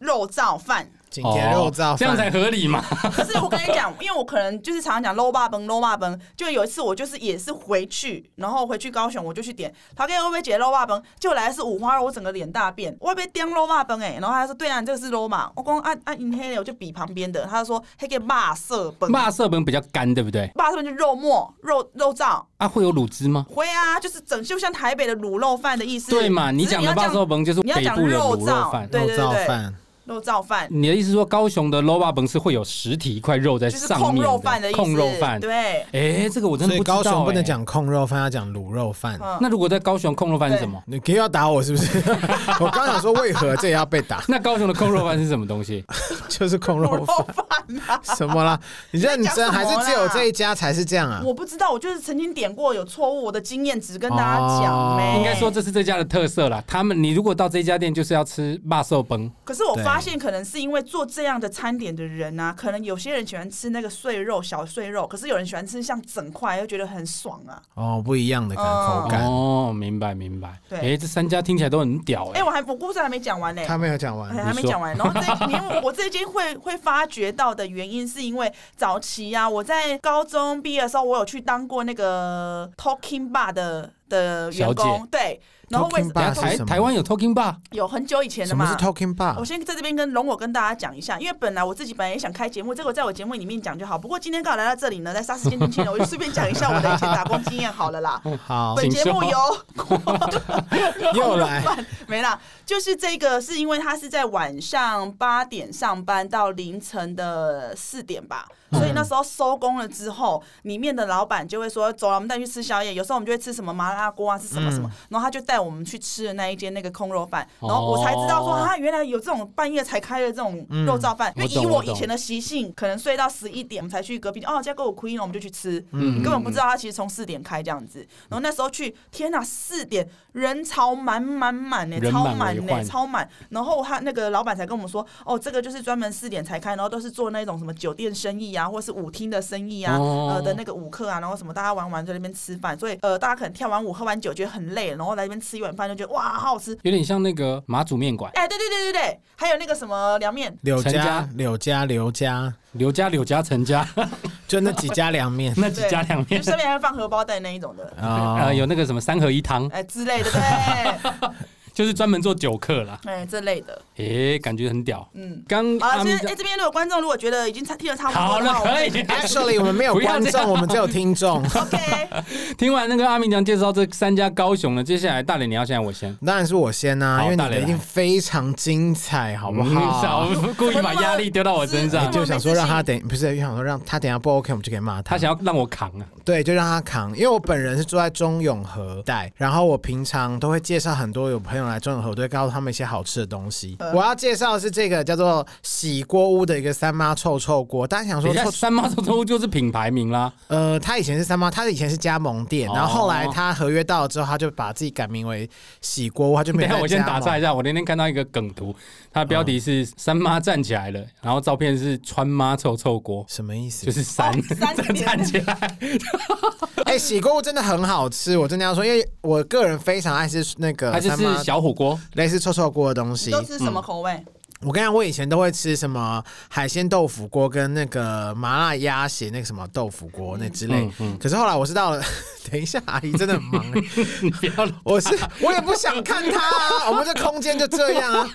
[SPEAKER 4] 肉燥饭。
[SPEAKER 3] 景甜肉燥饭、
[SPEAKER 2] 哦这样才合理嘛？
[SPEAKER 4] 可是我跟你讲， 因为我可能就是常常讲 low 霸崩 low 霸崩，就有一次我就是也是回去，然后回去高雄我就去点，他跟会不会解 low 霸崩，就来的是五花肉，我整个脸大变，我被颠 low 霸崩哎，然后他说对啊，你这个是 low 嘛，我光按按银黑的我就比旁边的，他就说黑给骂色崩，
[SPEAKER 2] 马色本比较干，对不对？
[SPEAKER 4] 爸他们就肉末、肉肉燥，
[SPEAKER 2] 啊，会有卤汁吗？
[SPEAKER 4] 会啊，就是整就像台北的卤肉饭的意思。
[SPEAKER 2] 对嘛？你
[SPEAKER 4] 只是
[SPEAKER 2] 讲
[SPEAKER 4] 要
[SPEAKER 2] 的
[SPEAKER 4] 这
[SPEAKER 2] 马
[SPEAKER 4] 样
[SPEAKER 2] 色本就是
[SPEAKER 4] 你要
[SPEAKER 2] 北
[SPEAKER 4] 讲
[SPEAKER 2] 部的
[SPEAKER 4] 肉
[SPEAKER 2] 卤
[SPEAKER 4] 燥
[SPEAKER 2] 肉饭。
[SPEAKER 4] 对对对
[SPEAKER 3] 肉燥饭，
[SPEAKER 4] 肉燥饭，
[SPEAKER 2] 你的意思是说，高雄的 l o b a 崩是会有实体一块肉在
[SPEAKER 4] 就是
[SPEAKER 2] 上面
[SPEAKER 4] 控
[SPEAKER 2] 的
[SPEAKER 4] 肉饭的意思。
[SPEAKER 2] 控肉饭。
[SPEAKER 4] 对，
[SPEAKER 2] 哎，这个我真
[SPEAKER 3] 所
[SPEAKER 2] 的
[SPEAKER 3] 以
[SPEAKER 2] 不知道。
[SPEAKER 3] 高雄不能
[SPEAKER 2] 哎。
[SPEAKER 3] 讲控肉饭，要讲卤肉饭。
[SPEAKER 4] 嗯
[SPEAKER 2] 那如果在高雄控肉饭是
[SPEAKER 4] 对
[SPEAKER 2] 什么？
[SPEAKER 3] 你可以要打我是不是？ 我刚想说为何这也要被打，
[SPEAKER 2] 那高雄的控肉饭是什么东西？
[SPEAKER 3] 哦 就是控
[SPEAKER 4] 卤
[SPEAKER 3] 肉
[SPEAKER 4] 肉
[SPEAKER 3] 饭
[SPEAKER 4] 饭啊。
[SPEAKER 3] 什么啦？你认真还是只有这一家才是这样啊？
[SPEAKER 4] 我不知道，我就是曾经点过有错误，我的经验只跟大家
[SPEAKER 3] 哦
[SPEAKER 4] 讲呗。
[SPEAKER 2] 应该说，这是这家的特色啦。他们，你如果到这家店，就是要吃马寿崩。
[SPEAKER 4] 可是我发现可能是因为做这样的餐点的人啊，可能有些人喜欢吃那个碎肉、小碎肉，可是有人喜欢吃像整块，又觉得很爽啊。
[SPEAKER 3] 哦，不一样的感口感。
[SPEAKER 2] 哦，明白明白。
[SPEAKER 4] 对
[SPEAKER 2] 哎，这三家听起来都很屌
[SPEAKER 4] 哎、
[SPEAKER 2] 哎。
[SPEAKER 4] 我还我故事还没讲完呢、
[SPEAKER 3] 他没有讲
[SPEAKER 4] 哎
[SPEAKER 3] 完，
[SPEAKER 4] 还没讲完。然后这因为我最近会会发觉到的原因，是因为早期啊，我在高中毕业的时候，我有去当过那个 Talking Bar 的的员
[SPEAKER 2] 小姐
[SPEAKER 4] 工，对。然后为
[SPEAKER 3] Talking
[SPEAKER 2] 等下
[SPEAKER 3] Bar 是
[SPEAKER 2] 台
[SPEAKER 3] 什么
[SPEAKER 2] 台湾有 Talking Bar
[SPEAKER 4] 有很久以前的
[SPEAKER 3] 什么是
[SPEAKER 4] 嘛。
[SPEAKER 3] talking
[SPEAKER 4] 我
[SPEAKER 3] bar？
[SPEAKER 4] 先在这边跟容我跟大家讲一下，因为本来我自己本来也想开节目，这个我在我节目里面讲就好。不过今天刚好来到这里呢，在杀时间
[SPEAKER 3] 哦
[SPEAKER 4] 进去呢，我就顺便讲一下我的以前打工经验好了啦。
[SPEAKER 3] 好，
[SPEAKER 4] 本节目
[SPEAKER 2] 请说
[SPEAKER 4] 由
[SPEAKER 3] 又来，
[SPEAKER 4] 没啦，就是这个是因为他是在晚上八点上班到凌晨的四点吧，
[SPEAKER 2] 嗯
[SPEAKER 4] 所以那时候收工了之后，里面的老板就会说：“走了，我们带你去吃宵夜。”有时候我们就会吃什么麻辣锅啊，是什么什么，然后他就带我们去吃的那一间那个空肉饭，然后我才知道说
[SPEAKER 2] 嗯哦
[SPEAKER 4] 啊，原来有这种半夜才开的这种肉燥饭，因为
[SPEAKER 2] 我
[SPEAKER 4] 以
[SPEAKER 2] 嗯懂我
[SPEAKER 4] 我
[SPEAKER 2] 懂
[SPEAKER 4] 以前的习性，可能睡到十一点我们才去隔壁哦，这给我亏了，我们就去吃，
[SPEAKER 2] 嗯
[SPEAKER 4] 你根本不知道他其实从四点开这样子，然后那时候去，天呐，四点人潮满满满欸呢，
[SPEAKER 2] 人满
[SPEAKER 4] 超
[SPEAKER 2] 为
[SPEAKER 4] 满呢，
[SPEAKER 2] 患
[SPEAKER 4] 超满。然后他那个老板才跟我们说，哦，这个就是专门四点才开，然后都是做那种什么酒店生意啊，或是舞厅的生意啊，
[SPEAKER 2] 哦
[SPEAKER 4] 呃的那个舞客啊，然后什么大家玩完在那边吃饭，所以呃大家可能跳完舞喝完酒觉得很累，然后来这边吃一碗饭就觉得哇好好吃。
[SPEAKER 2] 有点像那个马祖面馆，
[SPEAKER 4] 哎，对对对对对，还有那个什么凉面，
[SPEAKER 3] 柳
[SPEAKER 2] 陈
[SPEAKER 3] 家
[SPEAKER 2] 家、
[SPEAKER 3] 柳家、刘家，
[SPEAKER 2] 刘家、柳家、陈 家
[SPEAKER 3] 就那几家 凉面
[SPEAKER 2] 那几家凉
[SPEAKER 4] 就
[SPEAKER 2] 面，
[SPEAKER 4] 上面还会放荷包蛋那一种的，
[SPEAKER 3] 啊
[SPEAKER 2] 呃，有那个什么三合一汤，
[SPEAKER 4] 哎之类的，对，
[SPEAKER 2] 就是专门做酒客啦。
[SPEAKER 4] 哎这类的。
[SPEAKER 2] 诶，感觉很屌。
[SPEAKER 4] 嗯，
[SPEAKER 2] 刚
[SPEAKER 4] 好了，
[SPEAKER 2] 阿
[SPEAKER 4] 这
[SPEAKER 2] 咪
[SPEAKER 4] 边哎、这边如果观众如果觉得已经听得差不
[SPEAKER 2] 好
[SPEAKER 4] 多的
[SPEAKER 2] 了
[SPEAKER 4] 话，，我
[SPEAKER 2] 可
[SPEAKER 4] 们
[SPEAKER 2] 以。
[SPEAKER 3] Actually，我们没有
[SPEAKER 2] 不要
[SPEAKER 3] 观
[SPEAKER 2] 这样
[SPEAKER 3] 众，我们只有听众。
[SPEAKER 4] OK。
[SPEAKER 2] 听完那个阿明娘介绍这三家高雄呢，接下来大脸你要现在我先，
[SPEAKER 3] 当然是我先呐、
[SPEAKER 2] 好
[SPEAKER 3] 因为你
[SPEAKER 2] 大磊
[SPEAKER 3] 的
[SPEAKER 2] 来
[SPEAKER 3] 一定非常精彩，好不
[SPEAKER 2] 嗯
[SPEAKER 3] 好？
[SPEAKER 2] 少故意把压力丢到我身
[SPEAKER 4] 怎
[SPEAKER 2] 上
[SPEAKER 4] 么那
[SPEAKER 3] 就
[SPEAKER 4] 么，
[SPEAKER 3] 想说让他等，不是就想说让他等一下不 OK，我们就可以骂
[SPEAKER 2] 他
[SPEAKER 3] 他。
[SPEAKER 2] 想要让我扛啊。
[SPEAKER 3] 对，就让他扛，因为我本人是住在中永和带，然后我平常都会介绍很多有朋友来中永和，我都会告诉他们一些好吃的东西。我要介绍的是这个叫做洗锅屋的一个三妈臭臭锅，大家想
[SPEAKER 2] 等
[SPEAKER 3] 说
[SPEAKER 2] 一下，
[SPEAKER 3] 臭
[SPEAKER 2] 三妈臭臭屋就是品牌名啦，
[SPEAKER 3] 呃，他以前是三妈，他以前是加盟店，
[SPEAKER 2] 哦
[SPEAKER 3] 然后后来他合约到了之后，他就把自己改名为洗锅屋，他 就没
[SPEAKER 2] 等
[SPEAKER 3] 有
[SPEAKER 2] 一下我先
[SPEAKER 3] 再加
[SPEAKER 2] 打
[SPEAKER 3] 盟
[SPEAKER 2] 岔一下，我那天看到一个梗图，
[SPEAKER 3] 嗯
[SPEAKER 2] 它的标题是“三妈站起来了”，然后照片是川妈臭臭锅，
[SPEAKER 3] 什么意思？
[SPEAKER 2] 就是三、
[SPEAKER 4] 哦三个 点
[SPEAKER 2] 站起来。
[SPEAKER 3] 哎、洗锅物真的很好吃，我真的要说，因为我个人非常爱吃那个
[SPEAKER 2] 它就
[SPEAKER 3] 呃三
[SPEAKER 2] 是
[SPEAKER 3] 妈
[SPEAKER 2] 小火 锅，
[SPEAKER 3] 类似臭臭锅的东西
[SPEAKER 4] 你。都吃什
[SPEAKER 2] 嗯
[SPEAKER 4] 么口味？
[SPEAKER 3] 我跟你讲，我以前都会吃什么海鲜豆腐锅跟那个麻辣鸭血那个什么豆腐锅那之类。可是后来我是到了， 等一下阿姨真的很忙、欸，
[SPEAKER 2] 你不要
[SPEAKER 3] 我是我也不想看它、啊，我们这空间就这样啊。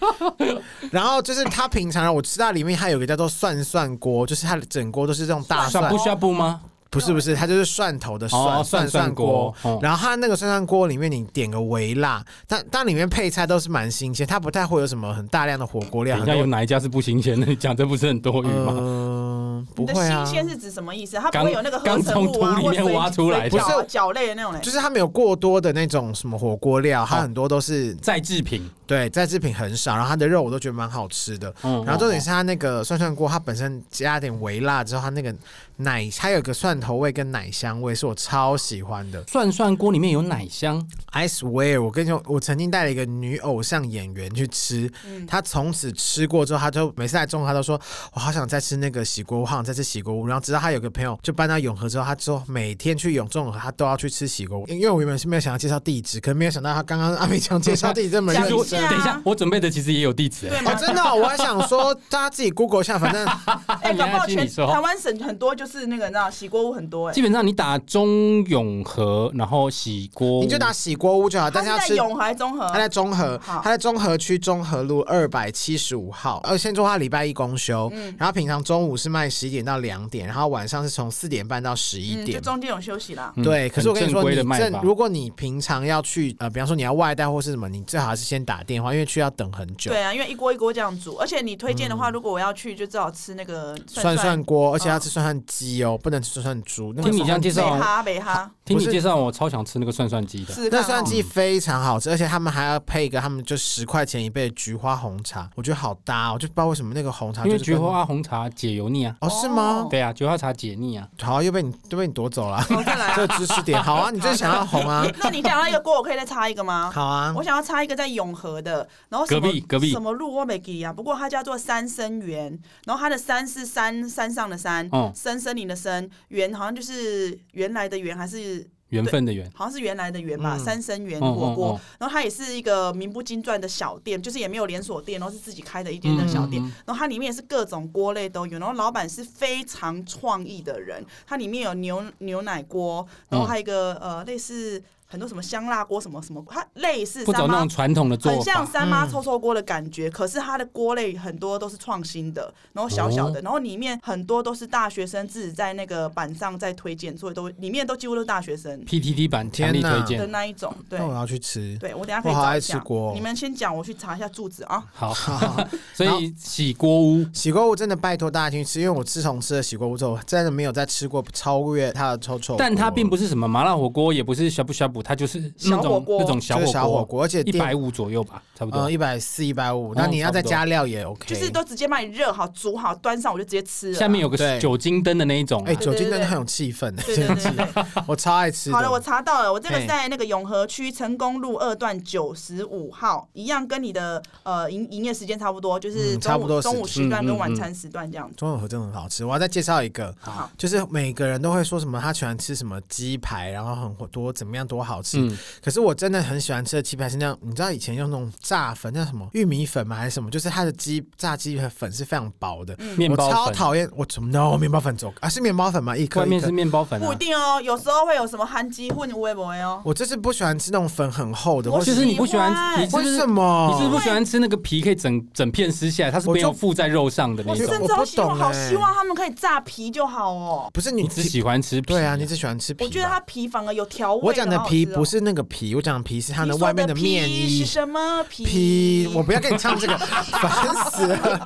[SPEAKER 3] 然后就是它平常我吃到里面还有一个叫做蒜蒜锅，就是它的整锅都是这种大蒜
[SPEAKER 2] 算不需要不吗？
[SPEAKER 3] 不是不是，它就是蒜头的蒜、
[SPEAKER 2] 哦蒜
[SPEAKER 3] 蒜蒜锅。
[SPEAKER 2] 蒜锅哦
[SPEAKER 3] 然后它那个蒜蒜锅里面，你点个微辣，但但里面配菜都是蛮新鲜，它不太会有什么很大量的火锅料。
[SPEAKER 2] 等一
[SPEAKER 3] 很
[SPEAKER 2] 下
[SPEAKER 3] 多
[SPEAKER 2] 有哪一家是不新鲜的？ 你讲这不是很多余吗？
[SPEAKER 3] 嗯，不
[SPEAKER 4] 你的
[SPEAKER 3] 会啊
[SPEAKER 4] 新，鲜是指什么意思？它不
[SPEAKER 2] 刚
[SPEAKER 4] 会有那个合成
[SPEAKER 2] 刚
[SPEAKER 4] 物
[SPEAKER 2] 从
[SPEAKER 4] 啊，
[SPEAKER 2] 土里
[SPEAKER 4] 或
[SPEAKER 2] 面
[SPEAKER 4] 水
[SPEAKER 2] 挖出来的
[SPEAKER 4] 水饺
[SPEAKER 3] 不
[SPEAKER 4] 啊
[SPEAKER 3] 是
[SPEAKER 4] 饺类的那种嘞。
[SPEAKER 3] 就是它没有过多的那种什么火锅料，
[SPEAKER 4] 哦
[SPEAKER 3] 它很多都是
[SPEAKER 2] 再制品，
[SPEAKER 3] 对在制品很少，然后它的肉我都觉得蛮好吃的。
[SPEAKER 2] 嗯
[SPEAKER 3] 然后重点是它那个蒜蒜锅，它本身加点微辣之后，它那个奶，它有个蒜头味跟奶香味，是我超喜欢的。
[SPEAKER 2] 涮涮锅里面有奶香，
[SPEAKER 3] I swear，我跟你说，我曾经带了一个女偶像演员去吃，
[SPEAKER 4] 嗯
[SPEAKER 3] 她从此吃过之后，她就每次来中和，她都说我好想再吃那个洗锅屋，好想再吃洗锅屋。然后直到她有个朋友就搬到永和之后，她之后每天去永中和，她都要去吃洗锅屋。因为我原本是没有想要介绍地址，可没有想到她刚刚阿美强介绍地址这么
[SPEAKER 4] 讲
[SPEAKER 3] 认
[SPEAKER 2] 其
[SPEAKER 4] 一
[SPEAKER 2] 实我
[SPEAKER 3] 真。
[SPEAKER 4] 下啊
[SPEAKER 2] 等一下，我准备的其实也有地址、
[SPEAKER 4] 对
[SPEAKER 2] 欸，
[SPEAKER 4] 吗
[SPEAKER 3] 哦，？真的哦、我还想说，大家自己 Google 一下，反正
[SPEAKER 2] 哦
[SPEAKER 4] 哎，搞不好
[SPEAKER 2] 你
[SPEAKER 4] 全
[SPEAKER 2] 说
[SPEAKER 4] 台湾省很多就是那个，你知道洗锅屋很多哎
[SPEAKER 2] 基。本上你打中永和，然后洗锅，
[SPEAKER 3] 你就打洗锅屋就 好，但是
[SPEAKER 4] 它
[SPEAKER 3] 要
[SPEAKER 4] 是在
[SPEAKER 3] 吃
[SPEAKER 4] 永和综合
[SPEAKER 3] 他，在中和，
[SPEAKER 4] 嗯好
[SPEAKER 3] 他在中和区中和路二百七十五号。呃，先说他礼拜一公休，
[SPEAKER 4] 嗯
[SPEAKER 3] 然后平常中午是卖十一点到两点，然后晚上是从四点半到十一
[SPEAKER 4] 嗯，就
[SPEAKER 3] 点。
[SPEAKER 4] 中间有休息啦。
[SPEAKER 2] 嗯
[SPEAKER 3] 对，
[SPEAKER 2] 很
[SPEAKER 3] 可是我跟你
[SPEAKER 2] 正
[SPEAKER 3] 说，
[SPEAKER 2] 规
[SPEAKER 3] 你
[SPEAKER 2] 的卖
[SPEAKER 3] 正
[SPEAKER 2] 法
[SPEAKER 3] 如果你平常要去呃，比方说你要外带或是什么，你最好还是先打电话，因为去要等很久
[SPEAKER 4] 对。啊，因为一锅一锅这样煮，而且你推荐
[SPEAKER 3] 嗯
[SPEAKER 4] 的话，如果我要去，就只好吃那个
[SPEAKER 3] 涮
[SPEAKER 4] 涮
[SPEAKER 3] 涮锅，
[SPEAKER 4] 嗯
[SPEAKER 3] 而且要吃涮涮鸡哦，不能吃涮涮猪。那个
[SPEAKER 2] 听你这样
[SPEAKER 3] 涮
[SPEAKER 2] 介绍啊
[SPEAKER 4] 北哈北哈，
[SPEAKER 2] 听你
[SPEAKER 3] 不是
[SPEAKER 2] 介绍，我超想吃那个涮涮鸡的。
[SPEAKER 4] 试试
[SPEAKER 3] 那
[SPEAKER 4] 看
[SPEAKER 3] 蒜
[SPEAKER 4] 哦。
[SPEAKER 3] 鸡 非常好吃，而且他们还要配一个，他们就十块钱一杯的菊花红茶，我觉得好搭哦，我就不知道为什么那个红茶
[SPEAKER 2] 因为
[SPEAKER 3] 就是
[SPEAKER 2] 菊
[SPEAKER 3] 跟
[SPEAKER 2] 花红茶解油腻啊，
[SPEAKER 3] 哦是吗？
[SPEAKER 2] 对啊，菊花茶解腻啊。
[SPEAKER 3] 好，又被你又被你夺走了，
[SPEAKER 4] 我再来啊。
[SPEAKER 3] 这个知识点。好 啊，你就是想要红啊，
[SPEAKER 4] 那你讲到一个锅，我可以再插一个吗？
[SPEAKER 3] 好啊
[SPEAKER 4] 我。想要插一个在永和的，然后什么
[SPEAKER 2] 隔壁隔壁
[SPEAKER 4] 什么路我没给啊，不过它叫做三生园，然后它的山是山山上的山，
[SPEAKER 2] 嗯
[SPEAKER 4] 森森林的森，园好像就是原来的园还是。
[SPEAKER 2] 缘分的缘。
[SPEAKER 4] 好像是原来的园吧，
[SPEAKER 3] 嗯
[SPEAKER 4] 三生园
[SPEAKER 2] 嗯
[SPEAKER 4] 火锅，
[SPEAKER 2] 嗯嗯
[SPEAKER 4] 然后它也是一个名不经传的小店，就是也没有连锁店，然后是自己开的一间
[SPEAKER 2] 嗯
[SPEAKER 4] 的小店。然后它里面也是各种锅类都有，然后老板是非
[SPEAKER 2] 嗯
[SPEAKER 4] 常创意的人，它里面有牛牛奶锅，然后还有一个、呃类似很多什么香辣锅什么什么，它类似
[SPEAKER 2] 不走
[SPEAKER 4] 三
[SPEAKER 2] 那
[SPEAKER 4] 妈
[SPEAKER 2] 种传统的做
[SPEAKER 4] 很像
[SPEAKER 2] 法，
[SPEAKER 4] 三妈
[SPEAKER 3] 嗯
[SPEAKER 4] 臭臭锅的感觉，可是它的锅类很多都是创新的，然后小
[SPEAKER 3] 哦
[SPEAKER 4] 小的，然后里面很多都是大学生自己在那个板上在推荐，所以都里面都几乎都是大学生
[SPEAKER 2] PTT 版强力
[SPEAKER 3] 天哪
[SPEAKER 2] 推
[SPEAKER 4] 的
[SPEAKER 2] 荐。
[SPEAKER 4] 那一种。对
[SPEAKER 3] 那，我要去吃。
[SPEAKER 4] 对我等一下可以
[SPEAKER 3] 哦我好
[SPEAKER 4] 找
[SPEAKER 3] 爱
[SPEAKER 4] 一
[SPEAKER 3] 吃
[SPEAKER 4] 下
[SPEAKER 3] 锅哦。
[SPEAKER 4] 你们先讲，我去查一下住址啊。
[SPEAKER 2] 好，
[SPEAKER 3] 然
[SPEAKER 2] 所
[SPEAKER 3] 后
[SPEAKER 2] 以洗锅屋
[SPEAKER 3] 洗锅屋真的拜托大家去吃，因为我自从吃了洗锅屋之后，我真的没有再吃过超越它的臭臭锅。
[SPEAKER 2] 但它并不是什么麻辣火锅，也不是呷哺呷哺，它就是那
[SPEAKER 4] 小火
[SPEAKER 2] 种
[SPEAKER 4] 锅哦
[SPEAKER 2] 那种小
[SPEAKER 3] 就是小火
[SPEAKER 2] 火
[SPEAKER 3] 锅，而且
[SPEAKER 2] 一
[SPEAKER 3] 店
[SPEAKER 2] 百五左右吧，差不
[SPEAKER 3] 呃
[SPEAKER 2] 多。
[SPEAKER 3] 一百四一百五，那
[SPEAKER 2] 哦
[SPEAKER 3] 你要
[SPEAKER 2] 差不
[SPEAKER 3] 再
[SPEAKER 2] 多
[SPEAKER 3] 加料也 OK。
[SPEAKER 4] 就是都直接帮你热好、煮好、端上，我就直接吃了。
[SPEAKER 2] 下面有
[SPEAKER 3] 对
[SPEAKER 2] 个酒精灯的那一种啊
[SPEAKER 3] 哎，，酒精
[SPEAKER 4] 对对
[SPEAKER 3] 真
[SPEAKER 4] 对
[SPEAKER 3] 的很有气氛的，
[SPEAKER 4] 对对对对对。
[SPEAKER 3] 我超爱吃的。
[SPEAKER 4] 好了，我查到了，我这个
[SPEAKER 3] 嘿
[SPEAKER 4] 是在那个永和区成功路二段九十五号，一样跟你的呃营营业时间差不多，就是
[SPEAKER 3] 嗯
[SPEAKER 4] 中
[SPEAKER 3] 差
[SPEAKER 4] 午、
[SPEAKER 3] 不多时
[SPEAKER 4] 中午时段
[SPEAKER 2] 嗯
[SPEAKER 4] 跟
[SPEAKER 2] 嗯
[SPEAKER 4] 晚
[SPEAKER 2] 嗯
[SPEAKER 4] 餐时段这样子。
[SPEAKER 3] 中永和真的很好吃，我要再介绍一个，
[SPEAKER 4] 好，
[SPEAKER 3] 就是每个人都会说什么他喜欢吃什么鸡排，然后很多怎么样多好吃。
[SPEAKER 2] 嗯，
[SPEAKER 3] 可是我真的很喜欢吃的鸡排是那样，你知道以前用那种炸粉叫什么玉米粉吗？还是什么？就是它的鸡炸鸡排粉是非常薄的，
[SPEAKER 2] 嗯面
[SPEAKER 3] 我
[SPEAKER 2] 包
[SPEAKER 3] 超
[SPEAKER 2] 粉，
[SPEAKER 3] 讨厌。我怎么 no 面包粉走啊？是面包粉吗？一颗
[SPEAKER 2] 外
[SPEAKER 3] 一
[SPEAKER 2] 面
[SPEAKER 3] 颗
[SPEAKER 2] 是。面包粉
[SPEAKER 4] 不
[SPEAKER 3] 嗯
[SPEAKER 2] 啊
[SPEAKER 4] 一。定哦，有时候会有什么韩鸡混微博哦。
[SPEAKER 3] 我就是不喜欢吃那种粉很厚的，或
[SPEAKER 2] 就是是你不喜欢，你是不
[SPEAKER 3] 为
[SPEAKER 2] 是
[SPEAKER 3] 什么？
[SPEAKER 2] 你是不是不喜欢吃那个皮可以整整片撕下来，它是没
[SPEAKER 3] 我
[SPEAKER 2] 有
[SPEAKER 3] 就
[SPEAKER 2] 附在肉上的那
[SPEAKER 4] 我
[SPEAKER 3] 就
[SPEAKER 2] 种
[SPEAKER 4] 甚
[SPEAKER 3] 我
[SPEAKER 4] 至
[SPEAKER 3] 不
[SPEAKER 4] 好希望，
[SPEAKER 3] 懂
[SPEAKER 4] 好
[SPEAKER 3] 欸
[SPEAKER 4] 希望他们可以炸皮就好哦。
[SPEAKER 3] 不是
[SPEAKER 2] 你
[SPEAKER 3] 你
[SPEAKER 2] 只喜欢吃皮？
[SPEAKER 3] 对啊，你只喜欢吃皮吧。
[SPEAKER 4] 我觉得它皮反而有调味。
[SPEAKER 3] 我讲的
[SPEAKER 4] 好好
[SPEAKER 3] 皮
[SPEAKER 4] 吃哦
[SPEAKER 3] 不是那个皮，我讲的皮是它
[SPEAKER 4] 你
[SPEAKER 3] 的
[SPEAKER 4] 说
[SPEAKER 3] 外面
[SPEAKER 4] 的
[SPEAKER 3] 的面
[SPEAKER 4] 皮
[SPEAKER 3] 衣
[SPEAKER 4] 是。什么皮？
[SPEAKER 3] 皮，我不要跟你唱这个，烦死了！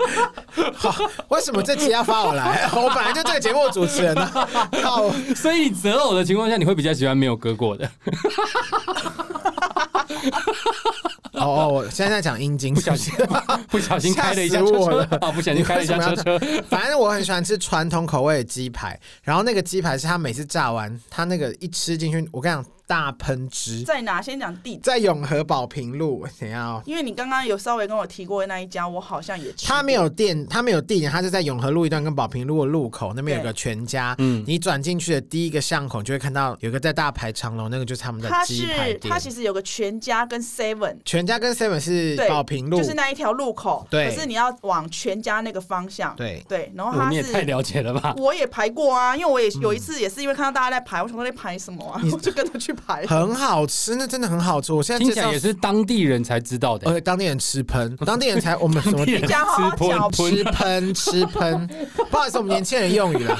[SPEAKER 3] 好，为什么这期要发我来？ 我本来就这个节目主持人啊。好，
[SPEAKER 2] 所以择偶的情况下，你会比较喜欢没有割过的，
[SPEAKER 3] 哦哦，我现在在讲阴茎，
[SPEAKER 2] 不小心 不小心开了一下车
[SPEAKER 3] 吓死我
[SPEAKER 2] 车
[SPEAKER 3] 了
[SPEAKER 2] 啊，不小心开了一下车车，
[SPEAKER 3] 反正我很喜欢吃传统口味的鸡排，然后那个鸡排是他每次炸完，他那个一吃进去，我跟你讲大喷汁，
[SPEAKER 4] 在哪？先讲地址，
[SPEAKER 3] 在永和宝平路，等一下哦。
[SPEAKER 4] 因为你刚刚有稍微跟我提过那一家，我好像也吃过
[SPEAKER 3] 他没有店，他没有地点，他就在永和路一段跟宝平路的路口那边有个全家。嗯
[SPEAKER 2] 嗯，
[SPEAKER 3] 你转进去的第一个巷口，就会看到有一个在大排长龙，那个就是他们的
[SPEAKER 4] 它
[SPEAKER 3] 鸡排
[SPEAKER 4] 是它
[SPEAKER 3] 店
[SPEAKER 4] 其。实有个全家跟 Seven，
[SPEAKER 3] 全家跟 Seven 是
[SPEAKER 4] 对，
[SPEAKER 3] 宝平路，
[SPEAKER 4] 就是那一条路口，
[SPEAKER 3] 对
[SPEAKER 4] 可是你要往全家那个方向，
[SPEAKER 3] 对
[SPEAKER 4] 对，然后
[SPEAKER 2] 哦
[SPEAKER 4] 它
[SPEAKER 2] 你也太
[SPEAKER 4] 是。
[SPEAKER 2] 了解了吧？
[SPEAKER 4] 我也排过啊，因为我也
[SPEAKER 3] 嗯
[SPEAKER 4] 有一次也是因为看到大家在排，我想说在排什么啊， 我就跟着去排。
[SPEAKER 3] 很好吃，那真的很好吃。我现在
[SPEAKER 2] 听
[SPEAKER 3] 介
[SPEAKER 2] 起
[SPEAKER 3] 绍
[SPEAKER 2] 来也是当地人才知道
[SPEAKER 3] 而
[SPEAKER 2] 的。
[SPEAKER 3] 且当地人吃 喷，当地人才我们什么
[SPEAKER 2] 当地 人
[SPEAKER 4] 这样好
[SPEAKER 2] 吃
[SPEAKER 4] 好
[SPEAKER 2] 喷
[SPEAKER 4] 嚼
[SPEAKER 3] 吃
[SPEAKER 2] 喷
[SPEAKER 3] 喷 吃喷，不好意思，我们年轻人用语了。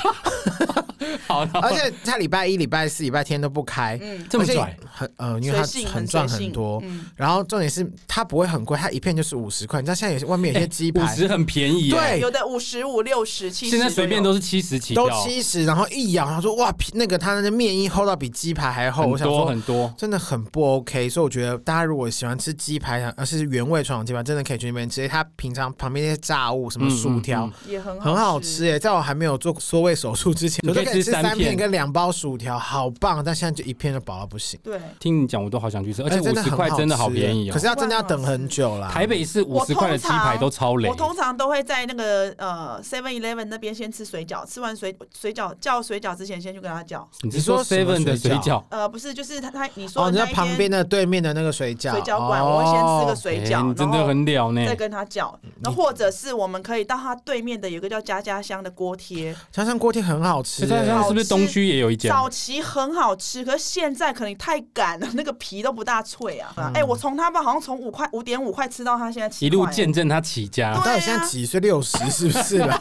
[SPEAKER 2] 好了，
[SPEAKER 3] 而且他礼拜一、礼拜四、礼拜天都不开，
[SPEAKER 4] 嗯，
[SPEAKER 2] 这么拽，
[SPEAKER 3] 很呃，因为
[SPEAKER 4] 随
[SPEAKER 3] 它
[SPEAKER 4] 性
[SPEAKER 3] 很
[SPEAKER 4] 很
[SPEAKER 3] 赚
[SPEAKER 4] 随
[SPEAKER 3] 很
[SPEAKER 4] 性
[SPEAKER 3] 多。
[SPEAKER 4] 嗯，
[SPEAKER 3] 然后重点是它不会很贵，它一片就是五十块。你知道现在有些外面有些鸡
[SPEAKER 2] 哎五
[SPEAKER 3] 排
[SPEAKER 2] 十很便宜耶，
[SPEAKER 3] 对
[SPEAKER 4] 有的五十五、六十、七十，
[SPEAKER 2] 现在随便都是七十起跳
[SPEAKER 3] 都，七十，然后一咬，然后说哇，皮那个它那个面衣厚到比鸡排还厚，
[SPEAKER 2] 很
[SPEAKER 3] 我想
[SPEAKER 2] 多
[SPEAKER 3] 说。
[SPEAKER 2] 很多。
[SPEAKER 3] 真的很不 OK，所以我觉得大家如果喜欢吃鸡排，而是原味传统鸡排，真的可以去那边吃。它平常旁边那些炸物，什么
[SPEAKER 2] 嗯
[SPEAKER 3] 薯条，
[SPEAKER 2] 嗯
[SPEAKER 4] 也很
[SPEAKER 3] 很好吃。耶、在我还没有做缩胃手术之前，我
[SPEAKER 2] 你可
[SPEAKER 3] 就
[SPEAKER 2] 以
[SPEAKER 3] 可以
[SPEAKER 2] 吃
[SPEAKER 3] 吃
[SPEAKER 2] 三
[SPEAKER 3] 三片
[SPEAKER 2] 片
[SPEAKER 3] 跟两包薯条，好棒！但现在就一片就饱到不行，
[SPEAKER 4] 对，
[SPEAKER 2] 听你讲，我都好想去吃，而且
[SPEAKER 3] 哎真
[SPEAKER 2] 五
[SPEAKER 3] 的
[SPEAKER 2] 十
[SPEAKER 3] 很
[SPEAKER 2] 块真的好
[SPEAKER 3] 吃
[SPEAKER 2] 便宜
[SPEAKER 3] 可
[SPEAKER 2] 哦
[SPEAKER 3] 是。要真的要等很久啦。
[SPEAKER 2] 台北市五
[SPEAKER 4] 我
[SPEAKER 2] 十
[SPEAKER 4] 通
[SPEAKER 2] 块的鸡排都超雷
[SPEAKER 4] 我，通常都会在那个呃 Seven Eleven 那边先吃水饺，吃完水水饺叫水饺之前，先去跟他叫。
[SPEAKER 2] 你
[SPEAKER 3] 你
[SPEAKER 2] 是
[SPEAKER 3] 说
[SPEAKER 2] 说
[SPEAKER 3] 什么
[SPEAKER 2] Seven 的
[SPEAKER 3] 水
[SPEAKER 2] 水
[SPEAKER 3] 饺
[SPEAKER 2] 饺？
[SPEAKER 4] 呃，不是，就是他他你说
[SPEAKER 3] 哦，
[SPEAKER 4] 的
[SPEAKER 3] 你在
[SPEAKER 4] 那一
[SPEAKER 3] 旁边
[SPEAKER 4] 间
[SPEAKER 3] 的对面的那个水饺，
[SPEAKER 4] 水饺馆，
[SPEAKER 3] 哦
[SPEAKER 4] 我会先吃个水
[SPEAKER 2] 哎
[SPEAKER 4] 饺，
[SPEAKER 2] 你真
[SPEAKER 4] 然
[SPEAKER 2] 的
[SPEAKER 4] 后
[SPEAKER 2] 很哎了呢
[SPEAKER 4] 再。跟他叫，那或者是我们可以到他对面的有一个叫家家香的锅贴，
[SPEAKER 3] 香香锅贴很好吃欸
[SPEAKER 2] 这家
[SPEAKER 3] 耶，
[SPEAKER 2] 乡哎是不是东区也有一间？
[SPEAKER 4] 早期很好吃，可是现在可能太赶了，那个皮都不大脆啊。哎、我从他们好像从五块五点五块吃到他现在
[SPEAKER 2] 嗯
[SPEAKER 4] 七
[SPEAKER 2] 一路
[SPEAKER 4] 块
[SPEAKER 2] 见证他起家
[SPEAKER 3] 你，到底现在几岁？六十是不是 啦？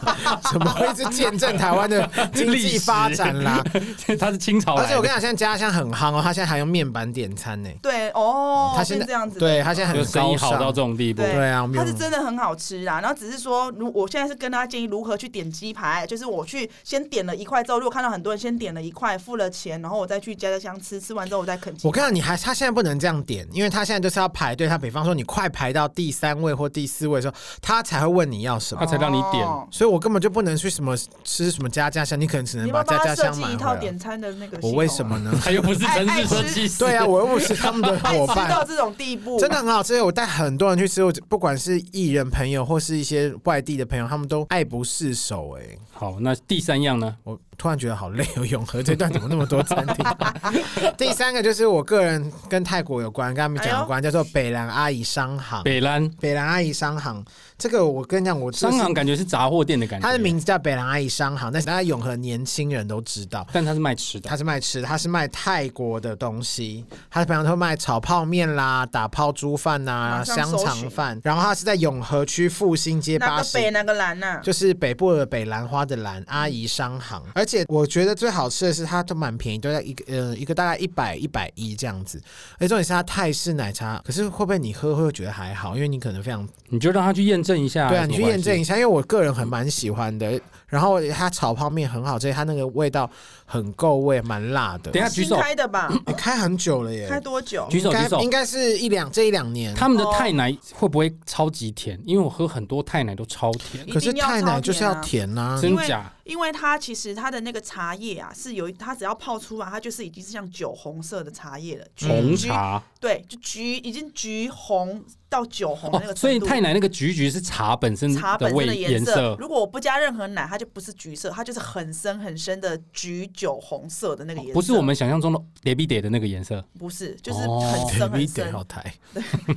[SPEAKER 3] 怎么会一直见证台湾的经济发展啦？
[SPEAKER 2] 他是清朝
[SPEAKER 3] 而
[SPEAKER 2] 来
[SPEAKER 3] 且我
[SPEAKER 2] 的，
[SPEAKER 3] 跟你讲，现在家乡很夯哦，他现在还用面板点餐呢。
[SPEAKER 4] 对哦，
[SPEAKER 3] 他现在
[SPEAKER 4] 是这样子的，
[SPEAKER 3] 对他现在
[SPEAKER 2] 就
[SPEAKER 3] 很
[SPEAKER 2] 生
[SPEAKER 3] 高
[SPEAKER 2] 意好到
[SPEAKER 3] 尚
[SPEAKER 2] 这，种地步。
[SPEAKER 4] 对
[SPEAKER 3] 对啊，我们
[SPEAKER 4] 它
[SPEAKER 3] 有
[SPEAKER 4] 是真的很好吃啊啦，然后只是说，如我现在是跟他建议如何去点鸡排，就是我去先点了一块之后，如果看到很多人先点了一块，付了钱，然后我再去家家香吃，吃完之后我再啃鸡
[SPEAKER 3] 我
[SPEAKER 4] 排。
[SPEAKER 3] 看到你还，他现在不能这样点，因为他现在就是要排队。他比方说你快排到第三位或第四位的时候，他才会问你要什
[SPEAKER 2] 他
[SPEAKER 3] 么。
[SPEAKER 2] 才让你点
[SPEAKER 4] 哦
[SPEAKER 3] 所以我根本就不能去什么吃什么家家香，你可能只
[SPEAKER 4] 你
[SPEAKER 3] 能
[SPEAKER 4] 要不要
[SPEAKER 3] 家
[SPEAKER 4] 帮
[SPEAKER 3] 家
[SPEAKER 4] 他设
[SPEAKER 3] 香
[SPEAKER 4] 计
[SPEAKER 3] 买
[SPEAKER 4] 一
[SPEAKER 3] 回
[SPEAKER 4] 套
[SPEAKER 3] 来
[SPEAKER 4] 点。餐的那个系统
[SPEAKER 3] 我
[SPEAKER 4] 啊？
[SPEAKER 3] 为什么呢？
[SPEAKER 2] 他又不是城市设计师，
[SPEAKER 3] 对啊，我又不是他们的
[SPEAKER 4] 爱
[SPEAKER 3] 伙
[SPEAKER 4] 吃到
[SPEAKER 3] 伴。
[SPEAKER 4] 这种地步？
[SPEAKER 3] 真的很好吃，我带很多人去吃，我不管是艺人朋友或是一些外地的朋友，他们都爱不释手哎、
[SPEAKER 2] 好，那第三样呢？
[SPEAKER 3] 我突然觉得好累哦，永和这段怎么那么多餐厅？ 第三个就是我个人跟泰国有关，跟他们讲有关，叫做北兰阿姨商行。
[SPEAKER 2] 哎北兰
[SPEAKER 3] 北兰阿姨商行，这个我跟你讲，我
[SPEAKER 2] 商行感觉是杂货店的感觉，
[SPEAKER 3] 它的名字叫北兰阿姨商行，但是大家永和年轻人都知道。
[SPEAKER 2] 但它是卖吃的，
[SPEAKER 3] 它是卖吃的，它是卖泰国的东西，它平常都卖炒泡面啦、打泡猪饭呐、
[SPEAKER 4] 马上
[SPEAKER 3] 香
[SPEAKER 4] 搜
[SPEAKER 3] 肠
[SPEAKER 4] 寻
[SPEAKER 3] 饭，然后它是在永和区复兴街
[SPEAKER 4] 哪
[SPEAKER 3] 八
[SPEAKER 4] 个
[SPEAKER 3] 十
[SPEAKER 4] 北哪嗯个啊蓝呐、
[SPEAKER 3] 就是北部的北兰花的兰阿姨商行，而且我觉得最好吃的是它都蛮便宜，都在一个呃一个大概一百一百一这样子。而且重点是它泰式奶茶，可是会不会你喝会觉得还好？因为你可能非常
[SPEAKER 2] 你就让他去验证一下。
[SPEAKER 3] 对啊，你去验证一
[SPEAKER 2] 下。
[SPEAKER 3] 下，因为我个人很蛮喜欢的。然后它炒泡面很好吃，它那个味道很够味，蛮辣的。
[SPEAKER 2] 等一下举
[SPEAKER 4] 新
[SPEAKER 2] 手，
[SPEAKER 4] 开的吧？
[SPEAKER 3] 欸开很久了耶，
[SPEAKER 4] 开多久？
[SPEAKER 2] 举手，
[SPEAKER 3] 应
[SPEAKER 2] 举
[SPEAKER 3] 该
[SPEAKER 2] 手
[SPEAKER 3] 应。该是一两这一两年。
[SPEAKER 2] 他们的
[SPEAKER 4] 哦
[SPEAKER 2] 太奶会不会超级甜？因为我喝很多太奶都超甜，
[SPEAKER 4] 一
[SPEAKER 3] 可是
[SPEAKER 4] 定要
[SPEAKER 3] 太奶
[SPEAKER 4] 超
[SPEAKER 3] 就是
[SPEAKER 4] 甜
[SPEAKER 3] 要
[SPEAKER 4] 啊
[SPEAKER 3] 甜呐、
[SPEAKER 2] 真
[SPEAKER 4] 因为
[SPEAKER 2] 假？
[SPEAKER 4] 因为它其实它的那个茶叶啊，是有一它只要泡出来，它就是已经是像酒红色的茶叶了，橘
[SPEAKER 3] 嗯
[SPEAKER 2] 红
[SPEAKER 4] 橘
[SPEAKER 2] 茶
[SPEAKER 4] 对，就橘已经橘红到酒红的那
[SPEAKER 2] 哦，
[SPEAKER 4] 个程度。
[SPEAKER 2] 所以太奶那个橘橘是茶本身
[SPEAKER 4] 茶
[SPEAKER 2] 的
[SPEAKER 4] 本身
[SPEAKER 2] 味
[SPEAKER 4] 的
[SPEAKER 2] 颜
[SPEAKER 4] 颜
[SPEAKER 2] 色，
[SPEAKER 4] 如果我不加任何奶，它就不是橘色，它就是很深很深的橘酒红色的那个颜色。
[SPEAKER 2] 哦不是我们想象中的叠比叠的那个颜色。
[SPEAKER 4] 不是，就是
[SPEAKER 2] 哦
[SPEAKER 4] 很
[SPEAKER 3] 对
[SPEAKER 4] 深很
[SPEAKER 3] 点
[SPEAKER 4] 深、
[SPEAKER 3] 好台，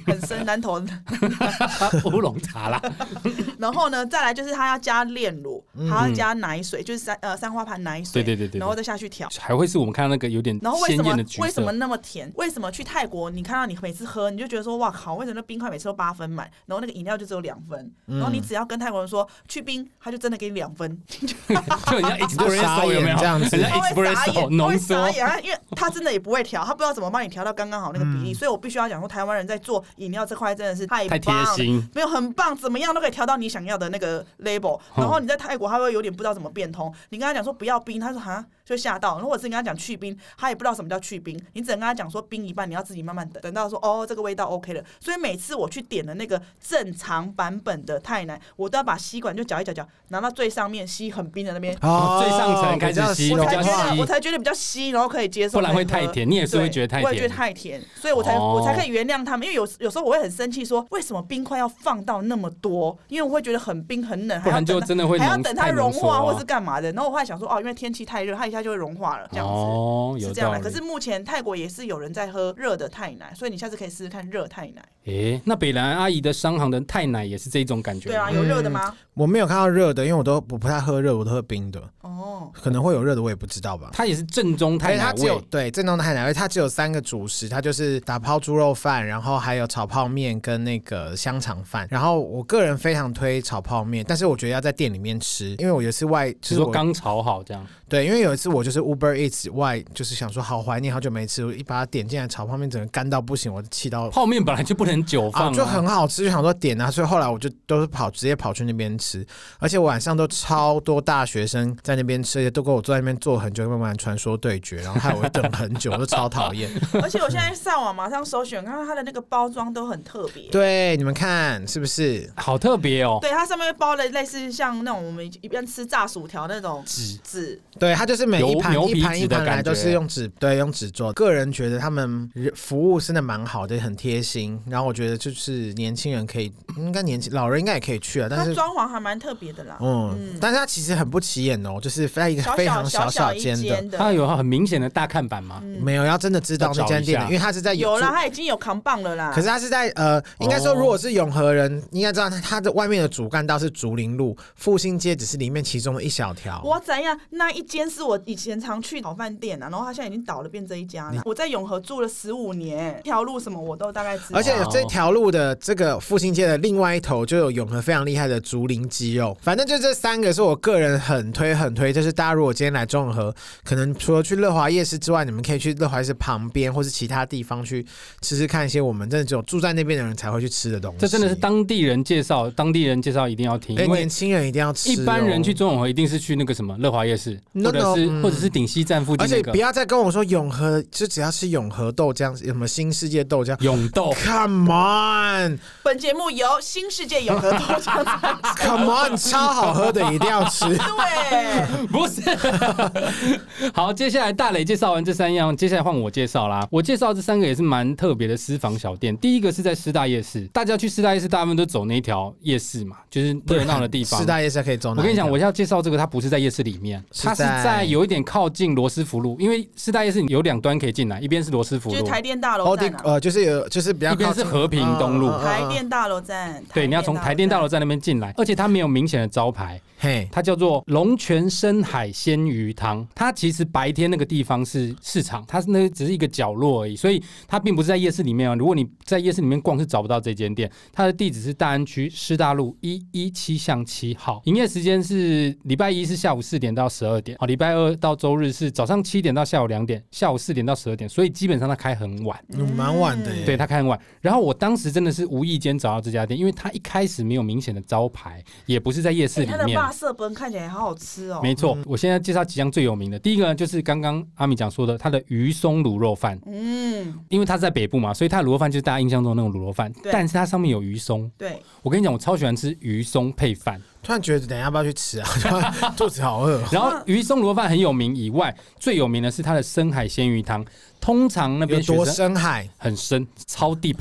[SPEAKER 4] 很深南头。
[SPEAKER 2] 乌龙茶啦，
[SPEAKER 4] 然后呢，再来就是它要加炼乳，
[SPEAKER 3] 嗯
[SPEAKER 4] 还要加奶水，就是三呃三花盘奶
[SPEAKER 2] 对
[SPEAKER 4] 水，
[SPEAKER 2] 对对对对
[SPEAKER 4] 然后再下去调。
[SPEAKER 2] 还会是我们看到那个有点
[SPEAKER 4] 然后为什
[SPEAKER 2] 鲜
[SPEAKER 4] 么
[SPEAKER 2] 艳的橘
[SPEAKER 4] 为什么
[SPEAKER 2] 色。
[SPEAKER 4] 那么甜？为什么去泰国你看到你每次喝你就觉得说哇靠，为什么那冰块每次都八分满，然后那个饮料就只有两分，
[SPEAKER 2] 嗯
[SPEAKER 4] 然后你只要跟泰国人说去冰，他就真的给你两分，
[SPEAKER 2] 就很 像
[SPEAKER 3] 就傻
[SPEAKER 2] espresso
[SPEAKER 3] 眼
[SPEAKER 2] 有没有？
[SPEAKER 3] 这样子
[SPEAKER 2] 很像
[SPEAKER 4] 他会
[SPEAKER 2] espresso
[SPEAKER 4] 傻眼，他
[SPEAKER 2] 浓
[SPEAKER 4] 会
[SPEAKER 2] 缩
[SPEAKER 4] 傻。眼，他因为他真的也不会调，他不知道怎么帮你调到刚刚好那个比例，所以我必须要讲说，台湾人在做饮料这块真的是太
[SPEAKER 2] 嗯太贴
[SPEAKER 4] 棒了
[SPEAKER 2] 心，
[SPEAKER 4] 没有很棒，怎么样都可以调到你想要的那个 label。然后你在泰国，他会有点不知道怎么变通。你跟他讲说不要冰，他说哈就吓到。如果是跟他讲去冰，他也不知道什么叫去冰，你只能跟他讲说冰一半，你要自己慢慢等，等到说哦这个味道 OK 了。所以每次我去点的那个正常版本的泰奶，我都要把吸管就搅一搅搅，拿到最上面吸很冰的那边，
[SPEAKER 2] 哦最上层开始吸
[SPEAKER 4] 我
[SPEAKER 2] 比
[SPEAKER 4] 才
[SPEAKER 2] 较
[SPEAKER 4] 觉得
[SPEAKER 2] 稀
[SPEAKER 4] 我才觉得比较稀，然后可以接受，
[SPEAKER 2] 不然会
[SPEAKER 4] 可以喝
[SPEAKER 2] 太甜你也是会
[SPEAKER 4] 对
[SPEAKER 2] 觉得太
[SPEAKER 4] 我也觉得
[SPEAKER 2] 甜
[SPEAKER 4] 太甜，所以我才、
[SPEAKER 2] 哦
[SPEAKER 4] 我才可以原谅他们，因为有有时候我会很生气，说为什么冰块要放到那么多？因为我会觉得很冰很冷，
[SPEAKER 2] 不然
[SPEAKER 4] 还要等
[SPEAKER 2] 就
[SPEAKER 4] 它
[SPEAKER 2] 真的会
[SPEAKER 4] 还要
[SPEAKER 2] 浓
[SPEAKER 4] 等
[SPEAKER 2] 太
[SPEAKER 4] 它
[SPEAKER 2] 浓
[SPEAKER 4] 融
[SPEAKER 2] 缩
[SPEAKER 4] 化
[SPEAKER 2] 啊
[SPEAKER 4] 或是干嘛的。然后我后来想说，哦，因为天气太热，它一下就会融化了，这样子。
[SPEAKER 2] 哦，有
[SPEAKER 4] 是这样
[SPEAKER 2] 道理。
[SPEAKER 4] 的，可是目前泰国也是有人在喝热的泰奶，所以你下次可以试试看热泰奶。
[SPEAKER 2] 诶，那北兰阿姨的商行的太奶也是这种感觉
[SPEAKER 4] 对
[SPEAKER 2] 吗。
[SPEAKER 4] 啊，有热的吗？
[SPEAKER 3] 我没有看到热的，因为我都我不太喝热，我都喝冰的，
[SPEAKER 4] 哦，
[SPEAKER 3] 可能会有热的，我也不知道吧。
[SPEAKER 2] 它也是正宗
[SPEAKER 3] 而
[SPEAKER 2] 太
[SPEAKER 3] 且它
[SPEAKER 2] 奶
[SPEAKER 3] 只有
[SPEAKER 2] 味。
[SPEAKER 3] 对正宗的泰奶味，它只有三个主食，它就是打泡猪肉饭，然后还有炒泡面跟那个香肠饭。然后我个人非常推炒泡面，但是我觉得要在店里面吃，因为我有一次外
[SPEAKER 2] 只
[SPEAKER 3] 就是是
[SPEAKER 2] 说
[SPEAKER 3] 我
[SPEAKER 2] 刚炒好这样，
[SPEAKER 3] 对，因为有一次我就是 Uber Eats 外就是想说好怀念，好久没吃，我一把它点进来炒泡面，整个干到不行，我气到
[SPEAKER 2] 泡面本来就不能久放、
[SPEAKER 3] 啊，就很好吃，就想说点啊，所以后来我就都是跑直接跑去那边吃，而且晚上都超多大学生在那边吃，而且都跟我坐在那边坐很久，慢慢传说对决，然后害我等很久，我都超讨厌。
[SPEAKER 4] 而且我现在上网马上搜寻，看到它的那个包装都很特别。
[SPEAKER 3] 对，你们看是不是？
[SPEAKER 2] 好特别哦。
[SPEAKER 4] 对，它上面会包了类似像那种我们一般吃炸薯条那种
[SPEAKER 2] 纸
[SPEAKER 4] 纸，
[SPEAKER 3] 对，它就是每一盘
[SPEAKER 2] 牛
[SPEAKER 3] 一
[SPEAKER 2] 牛
[SPEAKER 3] 盘
[SPEAKER 2] 皮
[SPEAKER 3] 一
[SPEAKER 2] 纸的
[SPEAKER 3] 盘来
[SPEAKER 2] 感觉
[SPEAKER 3] 都是用纸，对，用纸做。个人觉得他们服务真的蛮好的，很贴心。然后我觉得就是年轻人可以，应该年轻老人应该也可以去啊，但
[SPEAKER 4] 它
[SPEAKER 3] 是。
[SPEAKER 4] 装潢还蛮特别的啦，
[SPEAKER 3] 嗯，但是它其实很不起眼哦，就是在一个
[SPEAKER 4] 小
[SPEAKER 3] 非常
[SPEAKER 4] 小
[SPEAKER 3] 小
[SPEAKER 4] 一
[SPEAKER 3] 间的，
[SPEAKER 4] 间
[SPEAKER 2] 它
[SPEAKER 4] 的。
[SPEAKER 2] 有很明显的大看板吗？
[SPEAKER 4] 嗯
[SPEAKER 3] 没有，要真的知道那
[SPEAKER 2] 要找
[SPEAKER 3] 间店
[SPEAKER 2] 一下
[SPEAKER 3] 的，因为它是在
[SPEAKER 4] 有啦，
[SPEAKER 3] 住
[SPEAKER 4] 它已经有扛棒了啦。
[SPEAKER 3] 可是它是在呃，应该说，如
[SPEAKER 2] 哦
[SPEAKER 3] 果是永和人，应该知道它它的外面的主干道是竹林路，复兴街只是里面其中的一小条。
[SPEAKER 4] 我怎样？那一间是我以前常去炒饭店啊，然后它现在已经倒了，变这一家了。我在永和住了十五年，一条路什么我都大概知道。
[SPEAKER 3] 而且
[SPEAKER 2] 哇哦
[SPEAKER 3] 这条路的这个复兴街的另外一头就有永和非常厉害的竹林鸡肉，反正就这三个是我个人很推很推，就是大家如果今天来中和，可能除了去乐华夜市之外，你们可以去乐华夜市旁边或是其他地方去吃吃看一些我们真的只有住在那边的人才会去吃的东西。
[SPEAKER 2] 这真的是当地人介绍，当地人介绍一定要听，
[SPEAKER 3] 哎
[SPEAKER 2] 因为
[SPEAKER 3] 年轻人一定要吃、哦
[SPEAKER 2] 一般人去。中永和一定是去那个什么乐华夜市，
[SPEAKER 3] No,
[SPEAKER 2] 或者是
[SPEAKER 3] no, 嗯
[SPEAKER 2] 或者是顶溪站附
[SPEAKER 3] 而
[SPEAKER 2] 近
[SPEAKER 3] 且
[SPEAKER 2] 那
[SPEAKER 3] 不
[SPEAKER 2] 个
[SPEAKER 3] 要再跟我说永和，就只要
[SPEAKER 2] 哦
[SPEAKER 3] 吃永和豆浆，什么新世界豆浆。
[SPEAKER 2] 永豆。
[SPEAKER 3] Come on，啊
[SPEAKER 4] 本节目由由新世界永和豆浆餐
[SPEAKER 3] Come on，超好喝的，一定要吃。
[SPEAKER 4] 对，
[SPEAKER 2] 不是。 好，接下来大磊介绍完这三样，接下来换我介绍啦。我介绍这三个也是蛮特别的私房小店。第一个是在师大夜市，大家去师大夜市大部分都走那条夜市嘛，就是热闹的地方
[SPEAKER 3] 四。大夜市可以走
[SPEAKER 2] 我
[SPEAKER 3] 哪一条？
[SPEAKER 2] 跟你讲，我要介绍这个，它不是在夜市里面，
[SPEAKER 3] 是
[SPEAKER 2] 它是
[SPEAKER 3] 在
[SPEAKER 2] 在有一点靠近罗斯福路，因为师大夜市有两端可以进来，一边是罗斯福
[SPEAKER 4] 就是
[SPEAKER 2] 路，
[SPEAKER 4] 台电大楼
[SPEAKER 3] 哦，第
[SPEAKER 4] 站、啊。
[SPEAKER 3] 呃，就是有，就是比较
[SPEAKER 2] 一边
[SPEAKER 3] 靠近
[SPEAKER 2] 是和平东路
[SPEAKER 3] 嗯嗯嗯嗯
[SPEAKER 4] 台电大楼站，
[SPEAKER 2] 对，你要从台电大楼站那边进来，而且它没有明显的招牌，
[SPEAKER 3] 嘿，
[SPEAKER 2] 它叫做龙泉深海鲜鱼汤。它其实白天那个地方是市场，它是那只是一个角落而已，所以它并不是在夜市里面啊。如果你在夜市里面逛，是找不到这间店。它的地址是大安区师大路一一七巷七号，营业时间是礼拜一是下午四点到十二点，哦好，礼拜二到周日是早上七点到下午两点，下午四点到十二点，所以基本上它开很晚。
[SPEAKER 3] 嗯蛮晚的耶。
[SPEAKER 2] 对他开很晚。然后我当时真的是无意间找到这家店，因为它一开始没有明显的招牌，也不是在夜市
[SPEAKER 4] 哎
[SPEAKER 2] 里
[SPEAKER 4] 它的
[SPEAKER 2] 面。
[SPEAKER 4] 辣色崩看起来好好吃哦，
[SPEAKER 2] 没错，我现在介绍几样最有名的。第一个呢，就是刚刚阿米讲说的，它的鱼松卤肉饭，
[SPEAKER 4] 嗯，
[SPEAKER 2] 因为它是在北部嘛，所以它的卤肉饭就是大家印象中的那种卤肉饭，
[SPEAKER 4] 对
[SPEAKER 2] 但是它上面有鱼松。
[SPEAKER 4] 对，
[SPEAKER 2] 我跟你讲，我超喜欢吃鱼松配饭。
[SPEAKER 3] 突然觉得等一下要不要去吃啊？ 突然肚子好饿哦。
[SPEAKER 2] 然后鱼松卤肉饭很有名以外，最有名的是它的深海鲜鱼汤。通常 那
[SPEAKER 3] 有
[SPEAKER 2] 边学
[SPEAKER 3] 多
[SPEAKER 2] 生
[SPEAKER 3] 深海？
[SPEAKER 2] 很深，超 deep。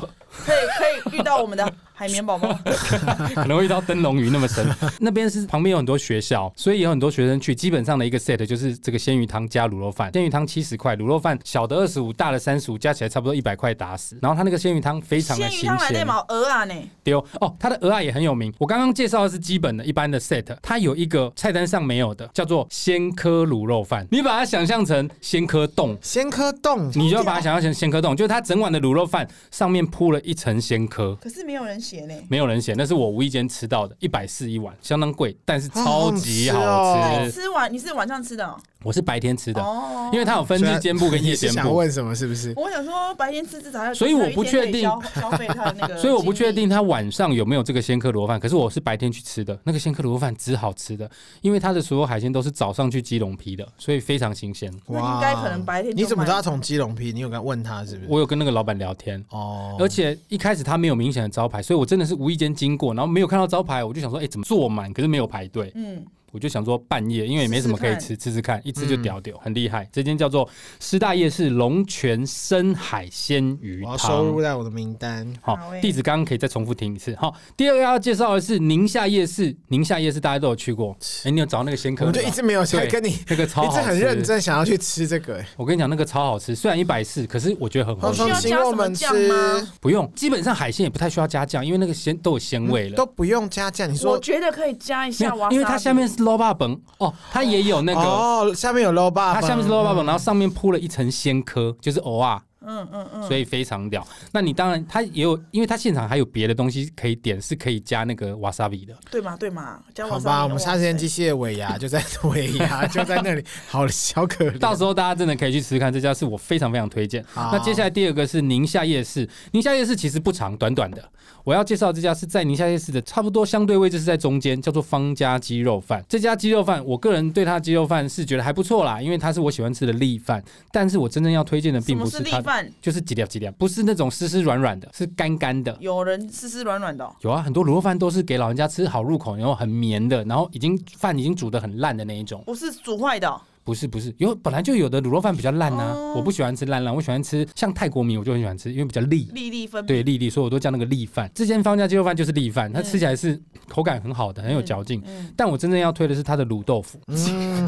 [SPEAKER 4] 可以可以遇到我们 的海绵宝宝，
[SPEAKER 2] 可能会遇到灯笼鱼那么深。那边是旁边有很多学校，所以有很多学生去。基本上的一个 set 就是这个鲜鱼汤加卤肉饭，鲜鱼汤七十块，卤肉饭小的二十五，大的三十五，加起来差不多一百块打死。然后它那个鲜鱼汤非常的
[SPEAKER 4] 鲜鱼
[SPEAKER 2] 新
[SPEAKER 4] 汤来那
[SPEAKER 2] 鲜，
[SPEAKER 4] 毛鹅啊呢，
[SPEAKER 2] 丢哦，它的鹅啊也很有名。我刚刚介绍的是基本的一般的 set，它有一个菜单上没有的，叫做鲜科卤肉饭。你把它想象成鲜科冻。
[SPEAKER 3] 仙科洞，
[SPEAKER 2] 你就要把它想象成鲜科冻，就是它整碗的卤肉饭上面铺了一层鲜科，
[SPEAKER 4] 可是没有人写呢，
[SPEAKER 2] 没有人写，那是我无意间吃到的，一百四一碗，相当贵，但是超级好
[SPEAKER 3] 好
[SPEAKER 2] 吃。
[SPEAKER 3] 好
[SPEAKER 4] 那你吃完你是晚上吃的哦，
[SPEAKER 2] 我是白天吃的，
[SPEAKER 4] 哦
[SPEAKER 2] 因为它有分日间部跟夜
[SPEAKER 3] 你是
[SPEAKER 2] 间
[SPEAKER 3] 想
[SPEAKER 2] 部。
[SPEAKER 3] 问什么？是不是？
[SPEAKER 4] 我想说白天吃至少要，
[SPEAKER 2] 所以我不确定
[SPEAKER 4] 消消费它的那个，
[SPEAKER 2] 所以我不确定它晚上有没有这个鲜客螺饭，可是我是白天去吃的，那个鲜客螺饭只好吃的，因为它的所有海鲜都是早上去基隆批的，所以非常新鲜。
[SPEAKER 4] 那应该可能白天就
[SPEAKER 3] 你怎么知道他
[SPEAKER 4] 卖了
[SPEAKER 3] 从基隆批？你有跟问他是不是？
[SPEAKER 2] 我有跟那个老板聊天，
[SPEAKER 3] 哦，
[SPEAKER 2] 而且一开始他没有明显的招牌，所以我真的是无意间经过，然后没有看到招牌，我就想说，哎、怎么坐满？可是没有排队，
[SPEAKER 4] 嗯，
[SPEAKER 2] 我就想说半夜，因为也没什么可以吃，吃吃看，一吃
[SPEAKER 3] 嗯
[SPEAKER 2] 就屌屌，很厉害。这间叫做师大夜市龙泉深海鲜鱼
[SPEAKER 3] 我要
[SPEAKER 2] 汤，
[SPEAKER 3] 收入在我的名单。
[SPEAKER 2] 好
[SPEAKER 4] 好，欸
[SPEAKER 2] 地址刚刚可以再重复听一次。好，第二个要介绍的是宁夏夜市，宁夏夜市大家都有去过。哎、你有找那个鲜
[SPEAKER 3] 我
[SPEAKER 2] 客
[SPEAKER 3] 们
[SPEAKER 2] 吗？
[SPEAKER 3] 就一直没有想
[SPEAKER 2] 对
[SPEAKER 3] 跟你， 一
[SPEAKER 2] 那个超好
[SPEAKER 3] 直
[SPEAKER 2] 吃，
[SPEAKER 3] 很认。真想要去吃这个。
[SPEAKER 2] 我跟你讲，那个超好吃，虽然一百四，可是我觉得很好
[SPEAKER 3] 他
[SPEAKER 2] 吃
[SPEAKER 3] 说。
[SPEAKER 4] 需要
[SPEAKER 3] 请我们吃
[SPEAKER 4] 加什么酱，
[SPEAKER 2] 不用，基本上海鲜也不太需要加酱，因为那个鲜都有鲜味了。
[SPEAKER 3] 嗯都不用加酱。你
[SPEAKER 4] 我
[SPEAKER 3] 说
[SPEAKER 4] 觉得可以加一
[SPEAKER 2] 没
[SPEAKER 4] 下
[SPEAKER 2] 有
[SPEAKER 4] 瓦，
[SPEAKER 2] 因为它下面是 low 霸本哦，它也有那个，
[SPEAKER 3] 哦，下面有肉
[SPEAKER 4] 啊
[SPEAKER 3] 霸，
[SPEAKER 2] 它啊下面是 low 霸本，然后上面铺了一层鲜科，就是藕啊，
[SPEAKER 4] 嗯嗯嗯，
[SPEAKER 2] 所以非常屌。那你当然，它也有，因为它现场还有别的东西可以点，是可以加那个 wasabi 的。
[SPEAKER 4] 对嘛对嘛，加瓦
[SPEAKER 3] 好
[SPEAKER 4] 萨
[SPEAKER 3] 吧，
[SPEAKER 4] 比
[SPEAKER 3] 我们
[SPEAKER 4] 哇
[SPEAKER 3] 下次见
[SPEAKER 4] 塞
[SPEAKER 3] 机械尾牙就 在尾牙就在那里，好小可怜。
[SPEAKER 2] 到时候大家真的可以去吃吃看，这家是我非常非常推荐。
[SPEAKER 3] 好
[SPEAKER 2] 那接下来第二个是宁夏夜市，宁夏夜市其实不长，短短的。我要介绍这家是在宁夏夜市的差不多相对位置是在中间，叫做方家鸡肉饭。这家鸡肉饭，我个人对它的鸡肉饭是觉得还不错啦，因为它是我喜欢吃的粒饭。但是我真正要推荐的
[SPEAKER 4] 什
[SPEAKER 2] 并
[SPEAKER 4] 么
[SPEAKER 2] 不
[SPEAKER 4] 是
[SPEAKER 2] 是
[SPEAKER 4] 粒
[SPEAKER 2] 它，
[SPEAKER 4] 饭？
[SPEAKER 2] 就是几粒几粒，不是那种湿湿软软的，是干干的。
[SPEAKER 4] 有人湿湿软软的哦，
[SPEAKER 2] 有啊，很多卤肉饭都是给老人家吃好入口，然后很绵的，然后已经饭已经煮得很烂的那一种。
[SPEAKER 4] 不是煮坏的哦，
[SPEAKER 2] 不是不是，有本来就有的卤肉饭比较烂呐、
[SPEAKER 4] 哦
[SPEAKER 2] 我不喜欢吃烂烂，我喜欢吃像泰国米，我就很喜欢吃，因为比较粒。
[SPEAKER 4] 粒粒分明。
[SPEAKER 2] 对粒粒，所以我都叫那个粒饭。这间方家鸡肉饭就是粒饭，它吃起来是口感很好的，很有嚼劲。
[SPEAKER 4] 嗯，
[SPEAKER 2] 但我真正要推的是它的卤豆腐。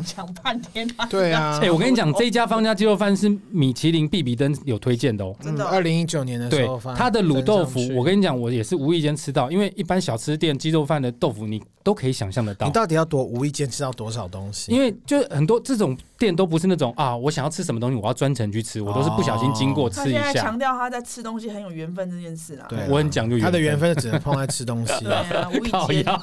[SPEAKER 4] 讲半天他
[SPEAKER 3] 对啊
[SPEAKER 2] 哎、，我跟你讲，这一家方家鸡肉饭是米其林必比登有推荐的哦。
[SPEAKER 4] 真的
[SPEAKER 3] 嗯二零一九年的时
[SPEAKER 2] 对
[SPEAKER 3] 候，放
[SPEAKER 2] 它的卤豆
[SPEAKER 3] 登上
[SPEAKER 2] 腐，
[SPEAKER 3] 去
[SPEAKER 2] 我跟你讲，我也是无意间吃到，因为一般小吃店鸡肉饭的豆腐你都可以想象得到
[SPEAKER 3] 你。到底要多无意间吃到多少东西？
[SPEAKER 2] 因为就很多这种店都不是那种啊，我想要吃什么东西，我要专程去吃，我都是不小心经过
[SPEAKER 4] 他
[SPEAKER 2] 吃
[SPEAKER 4] 现
[SPEAKER 2] 一
[SPEAKER 4] 在
[SPEAKER 2] 下
[SPEAKER 4] 强。调他在吃东西很有缘分这件事啦。
[SPEAKER 3] 对啊，
[SPEAKER 2] 我很讲究
[SPEAKER 3] 他的
[SPEAKER 2] 缘
[SPEAKER 3] 缘分只能碰在吃东西
[SPEAKER 4] 对。啊，无意
[SPEAKER 2] 靠
[SPEAKER 4] 间
[SPEAKER 2] 腰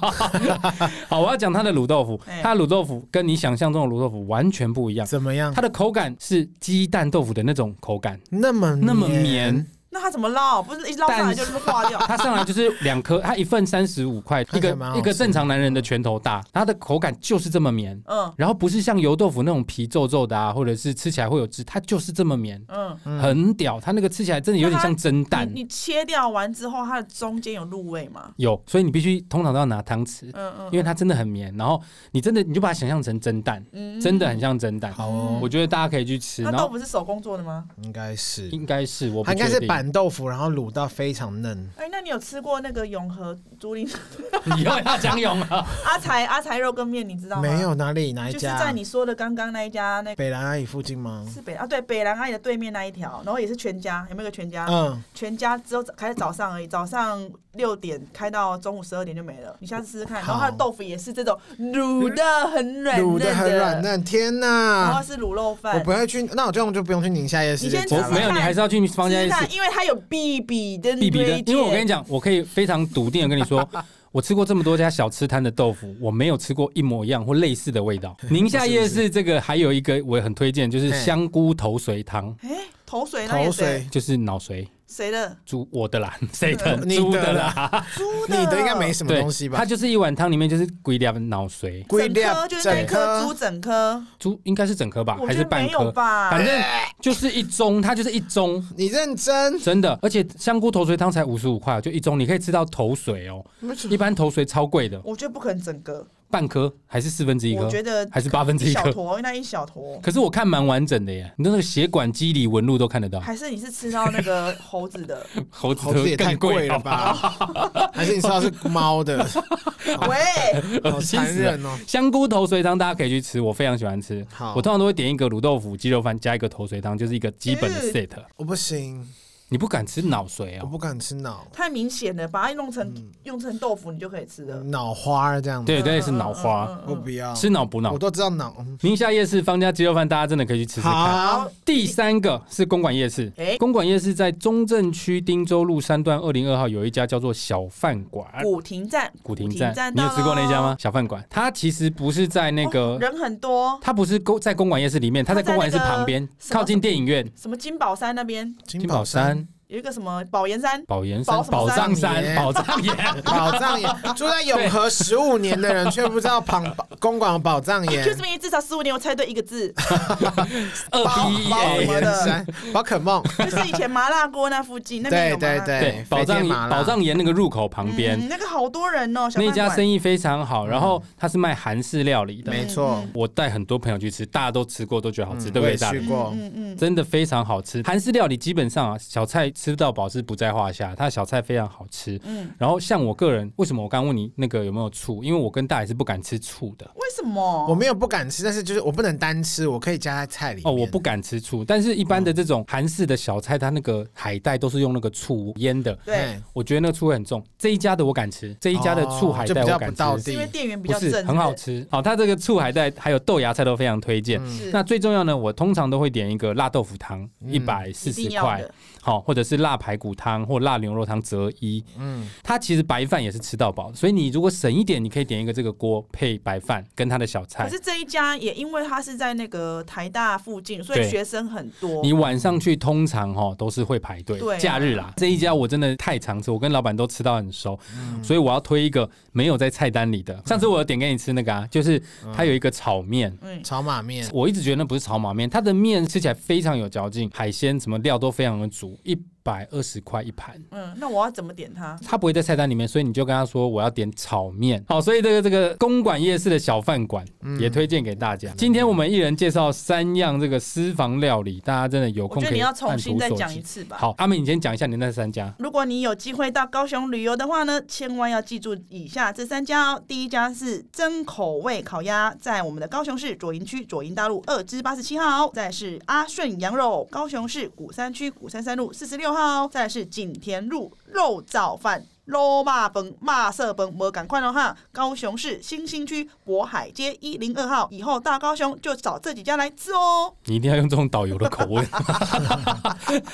[SPEAKER 2] 好，我要讲它的卤豆腐
[SPEAKER 4] 哎，
[SPEAKER 2] 它的卤豆腐跟你想象中的卤豆腐完全不一样，
[SPEAKER 3] 嗯怎么样
[SPEAKER 2] 它？的口感是鸡蛋豆腐的那种口感，
[SPEAKER 3] 那么
[SPEAKER 2] 那么绵，
[SPEAKER 4] 那它怎么捞？不是一捞上来就化 掉？
[SPEAKER 2] 它上来就是两 颗，它一份三十五块，一
[SPEAKER 3] 看起来
[SPEAKER 2] 个
[SPEAKER 3] 蛮好吃
[SPEAKER 2] 一个正常男人的拳头大，它的口感就是这么绵，
[SPEAKER 4] 嗯
[SPEAKER 2] 然后不是像油豆腐那种皮皱皱的啊，或者是吃起来会有汁，它就是这么绵，
[SPEAKER 4] 嗯，
[SPEAKER 2] 很屌，它那个吃起来真的有点像蒸蛋
[SPEAKER 4] 你。你切掉完之后，它的中间有入味吗？
[SPEAKER 2] 有，所以你必须通常都要拿汤匙，
[SPEAKER 4] 嗯嗯，
[SPEAKER 2] 因为它真的很绵。然后你真的你就把它想象成蒸蛋，
[SPEAKER 4] 嗯
[SPEAKER 2] 真的很像蒸蛋。
[SPEAKER 3] 好哦，
[SPEAKER 2] 我觉得大家可以去吃，
[SPEAKER 4] 它
[SPEAKER 2] 然
[SPEAKER 4] 豆
[SPEAKER 2] 后
[SPEAKER 4] 腐是手工做的吗？
[SPEAKER 3] 应该是，
[SPEAKER 2] 应该是我不
[SPEAKER 3] 它应该
[SPEAKER 2] 确
[SPEAKER 3] 是
[SPEAKER 2] 定
[SPEAKER 3] 板豆腐，然后卤到非常嫩。
[SPEAKER 4] 哎、那你有吃过那个永和竹林
[SPEAKER 2] 以后要讲啊勇了。
[SPEAKER 4] 阿财阿财肉羹面？你知道吗？
[SPEAKER 3] 没有，哪里哪一
[SPEAKER 4] 就是
[SPEAKER 3] 家？
[SPEAKER 4] 在你说的刚刚那一家，那个
[SPEAKER 3] 北兰阿姨附近吗？
[SPEAKER 4] 是北啊，对，北兰阿姨的对面那一条，然后也是全家，有没有个全家？
[SPEAKER 3] 嗯，
[SPEAKER 4] 全家只有早开早上而已，早上六点开到中午十二点就没了。你下次试试看。然后它的豆腐也是这种卤的很软
[SPEAKER 3] 卤
[SPEAKER 4] 嫩
[SPEAKER 3] 的很软嫩，天
[SPEAKER 4] 然后
[SPEAKER 3] 哪！
[SPEAKER 4] 是卤肉
[SPEAKER 3] 我
[SPEAKER 4] 饭
[SPEAKER 3] 不。会去，那我这样就不用去宁夏夜市
[SPEAKER 4] 你
[SPEAKER 3] 这
[SPEAKER 4] 先
[SPEAKER 3] 家
[SPEAKER 4] 吃
[SPEAKER 2] 我
[SPEAKER 4] 吃
[SPEAKER 3] 了。
[SPEAKER 2] 没有，
[SPEAKER 4] 看
[SPEAKER 2] 你还是要去方家
[SPEAKER 4] 吃
[SPEAKER 2] 夜市
[SPEAKER 4] 看，因为它有必比的
[SPEAKER 2] 必比的，
[SPEAKER 4] 推
[SPEAKER 2] 因
[SPEAKER 4] 荐
[SPEAKER 2] 为我跟你讲，我可以非常笃定的跟你说，我吃过这么多家小吃摊的豆腐，我没有吃过一模一样或类似的味道。宁夏夜市这个还有一个我很推荐，就是
[SPEAKER 3] 嘿
[SPEAKER 2] 香菇头髓汤，
[SPEAKER 4] 哎，头水那也
[SPEAKER 3] 头
[SPEAKER 4] 是谁
[SPEAKER 3] 水，
[SPEAKER 2] 就是脑髓，
[SPEAKER 4] 谁的？
[SPEAKER 2] 猪我的啦， 谁的
[SPEAKER 3] 你
[SPEAKER 2] 猪
[SPEAKER 3] 的
[SPEAKER 2] 的啦，
[SPEAKER 4] 猪
[SPEAKER 3] 你的应该没什么
[SPEAKER 2] 对
[SPEAKER 3] 东西，吧
[SPEAKER 2] 它？就是一碗汤里面就是龟两脑髓，
[SPEAKER 3] 龟
[SPEAKER 4] 整
[SPEAKER 3] 料
[SPEAKER 4] 颗就是那一颗猪整颗，
[SPEAKER 2] 猪应该是整颗吧，
[SPEAKER 4] 我
[SPEAKER 2] 还
[SPEAKER 4] 觉
[SPEAKER 2] 是
[SPEAKER 4] 得
[SPEAKER 2] 半
[SPEAKER 4] 没有
[SPEAKER 2] 颗？
[SPEAKER 4] 吧
[SPEAKER 2] 反。正就是一盅，它就是一盅。
[SPEAKER 3] 你认真？
[SPEAKER 2] 真的，而且香菇头髓汤才五十五块，就一盅，你可以吃到头髓哦。一般头髓超贵的，
[SPEAKER 4] 我觉得不可能整个，
[SPEAKER 2] 半颗还是四分之一颗？
[SPEAKER 4] 我觉得
[SPEAKER 2] 还是八分之
[SPEAKER 4] 一
[SPEAKER 2] 一
[SPEAKER 4] 小
[SPEAKER 2] 颗。
[SPEAKER 4] 坨，那一小坨，
[SPEAKER 2] 可是我看蛮完整的耶，你那个血管、肌理、纹路都看得到。
[SPEAKER 4] 还是你是吃到那个猴子的？
[SPEAKER 2] 猴子
[SPEAKER 3] 猴子也太
[SPEAKER 2] 更
[SPEAKER 3] 贵了
[SPEAKER 2] 好吧？
[SPEAKER 3] 吧？ 还是你知道是猫 的？
[SPEAKER 4] 喂，
[SPEAKER 3] 好残忍哦！
[SPEAKER 2] 香菇头髓汤大家可以去吃，我非常喜欢吃。
[SPEAKER 3] 好
[SPEAKER 2] 我通常都会点一个卤豆腐、鸡肉饭加一个头髓汤，就是一个基本的
[SPEAKER 4] 嗯
[SPEAKER 2] set。
[SPEAKER 3] 我不行，
[SPEAKER 2] 你不敢吃脑髓
[SPEAKER 3] 我
[SPEAKER 2] 哦？
[SPEAKER 3] 不敢吃脑
[SPEAKER 4] 太明显了，把它弄成、
[SPEAKER 3] 嗯
[SPEAKER 4] 用成豆腐，你就可以吃了。
[SPEAKER 3] 脑花这样子，
[SPEAKER 2] 对对，是脑花，
[SPEAKER 3] 我不要，
[SPEAKER 2] 吃脑补脑
[SPEAKER 3] 我。都知道脑。嗯
[SPEAKER 2] 宁夏夜市方家鸡肉饭，大家真的可以去吃吃看。
[SPEAKER 3] 好，
[SPEAKER 2] 第三个是公馆夜市
[SPEAKER 4] 诶，
[SPEAKER 2] 公馆夜市在中正区汀州路三段二零二号有一家叫做小饭馆。
[SPEAKER 4] 古亭站，
[SPEAKER 2] 啊古亭站，你
[SPEAKER 4] 到
[SPEAKER 2] 有吃过那家吗
[SPEAKER 4] 咯？？
[SPEAKER 2] 小饭馆，它其实不是在那个，
[SPEAKER 4] 人很多，
[SPEAKER 2] 它不是公在公馆夜市里面，它在公馆夜市旁边，
[SPEAKER 4] 它在那个
[SPEAKER 2] 靠近电影院。
[SPEAKER 4] 什么金宝山那边
[SPEAKER 3] 金
[SPEAKER 2] 金宝山、
[SPEAKER 4] 有一个什么宝岩山，
[SPEAKER 2] 宝岩山、宝
[SPEAKER 4] 宝什
[SPEAKER 2] 藏
[SPEAKER 4] 么
[SPEAKER 2] 山、
[SPEAKER 3] 山。
[SPEAKER 2] 宝藏岩
[SPEAKER 3] 宝藏岩，住在永和十五年的人却不知道旁公馆有宝藏岩
[SPEAKER 4] 就这，边至少十五年我猜对一个 字，
[SPEAKER 2] 二
[SPEAKER 3] 宝
[SPEAKER 2] P E
[SPEAKER 3] 宝
[SPEAKER 2] A
[SPEAKER 3] 岩山，宝可梦，
[SPEAKER 4] 就是以前麻辣锅那附近，那边
[SPEAKER 3] 对
[SPEAKER 4] 有麻
[SPEAKER 3] 对
[SPEAKER 4] 辣锅
[SPEAKER 2] 对
[SPEAKER 3] 对，，
[SPEAKER 2] 宝
[SPEAKER 3] 飞
[SPEAKER 2] 藏
[SPEAKER 3] 天
[SPEAKER 2] 岩
[SPEAKER 3] 麻
[SPEAKER 2] 宝
[SPEAKER 3] 辣，
[SPEAKER 2] 藏岩那个入口旁边
[SPEAKER 4] 嗯，那个好多人哦，小
[SPEAKER 2] 那
[SPEAKER 4] 饭
[SPEAKER 2] 家
[SPEAKER 4] 馆
[SPEAKER 2] 生意非常好，然后它是卖韩式料理的。
[SPEAKER 3] 没错，
[SPEAKER 2] 我带很多朋友去吃，大家都吃过，都觉得好吃，对不
[SPEAKER 3] 我
[SPEAKER 2] 对？
[SPEAKER 3] 也
[SPEAKER 2] 大家
[SPEAKER 3] 去过，
[SPEAKER 4] 嗯嗯，
[SPEAKER 2] 真的非常好吃。韩式料理基本上啊，小菜吃到饱是不在话下，它的小菜非常好吃。嗯
[SPEAKER 4] 嗯，
[SPEAKER 2] 然后像我个人，为什么我刚问你那个有没有醋？因为我跟大爷是不敢吃醋的。
[SPEAKER 4] 为什么？
[SPEAKER 3] 我没有不敢吃，但是就是我不能单吃，我可以加在菜里
[SPEAKER 2] 哦，
[SPEAKER 3] 面。
[SPEAKER 2] 我不敢吃醋，但是一般的这种韩式的小菜，它那个海带都是用那个醋腌的，
[SPEAKER 4] 对，
[SPEAKER 3] 嘿，
[SPEAKER 2] 我觉得那个醋味很重。这一家的我敢吃，这一家的醋海
[SPEAKER 3] 哦就
[SPEAKER 2] 带
[SPEAKER 3] 比
[SPEAKER 2] 我
[SPEAKER 3] 较
[SPEAKER 2] 敢
[SPEAKER 3] 不
[SPEAKER 2] 吃，
[SPEAKER 3] 到
[SPEAKER 4] 是因为
[SPEAKER 3] 地，
[SPEAKER 4] 店员比
[SPEAKER 2] 不
[SPEAKER 4] 较正，
[SPEAKER 2] 是很好吃。好，它这个醋海带还有豆芽菜都非常推荐。
[SPEAKER 4] 是不是，
[SPEAKER 2] 那最重要呢，我通常都会点一个辣豆腐汤，一百四
[SPEAKER 4] 一
[SPEAKER 2] 十
[SPEAKER 4] 定要
[SPEAKER 2] 块
[SPEAKER 4] 的，。
[SPEAKER 2] 好，或者是辣排骨汤或辣牛肉汤择一。
[SPEAKER 3] 嗯，
[SPEAKER 2] 它其实白饭也是吃到饱，所以你如果省一点，你可以点一个这个锅配白饭跟它的小
[SPEAKER 4] 可
[SPEAKER 2] 菜。
[SPEAKER 4] 是这一家也因为它是在那个台大附近，所
[SPEAKER 2] 对
[SPEAKER 4] 以学生很多。
[SPEAKER 2] 你晚上去通常哈都是会排队，
[SPEAKER 4] 对啊
[SPEAKER 2] 假日啦这一家我真的太常吃，我跟老板都吃到很熟，
[SPEAKER 4] 嗯
[SPEAKER 2] 所以我要推一个没有在菜单里的。上次我有点给你吃那个啊，就是它有一个炒面，
[SPEAKER 4] 嗯，
[SPEAKER 3] 炒马面，
[SPEAKER 2] 我一直觉得那不是炒马面，它的面吃起来非常有嚼劲，海鲜什么料都非常的足，一百二十块一盘。
[SPEAKER 4] 嗯，那我要怎么点它？
[SPEAKER 2] 他不会在菜单里面，所以你就跟他说我要点炒面。好，所以这个这个公馆夜市的小饭馆
[SPEAKER 3] 嗯
[SPEAKER 2] 也推荐给大家。今天我们一人介绍三样这个私房料理，大家真的有
[SPEAKER 4] 我
[SPEAKER 2] 空
[SPEAKER 4] 觉得
[SPEAKER 2] 可以
[SPEAKER 4] 你要
[SPEAKER 2] 按
[SPEAKER 4] 重
[SPEAKER 2] 图
[SPEAKER 4] 新再
[SPEAKER 2] 索
[SPEAKER 4] 讲一
[SPEAKER 2] 骥。
[SPEAKER 4] 次吧。
[SPEAKER 2] 好，阿美，你先讲一下你那三家。
[SPEAKER 4] 如果你有机会到高雄旅游的话呢，千万要记住以下这三家哦。第一家是真口味烤鸭，在我们的高雄市左营区左营大路二至八十七号；哦再是阿顺羊肉，哦高雄市鼓山区鼓山三路四十六号；再是景田路肉燥饭。肉麻崩麻色崩，我赶快了哈！高雄市新兴区渤海街一零二号，以后大高雄就找这几家来吃哦。
[SPEAKER 2] 你一定要用这种导游的口 吻。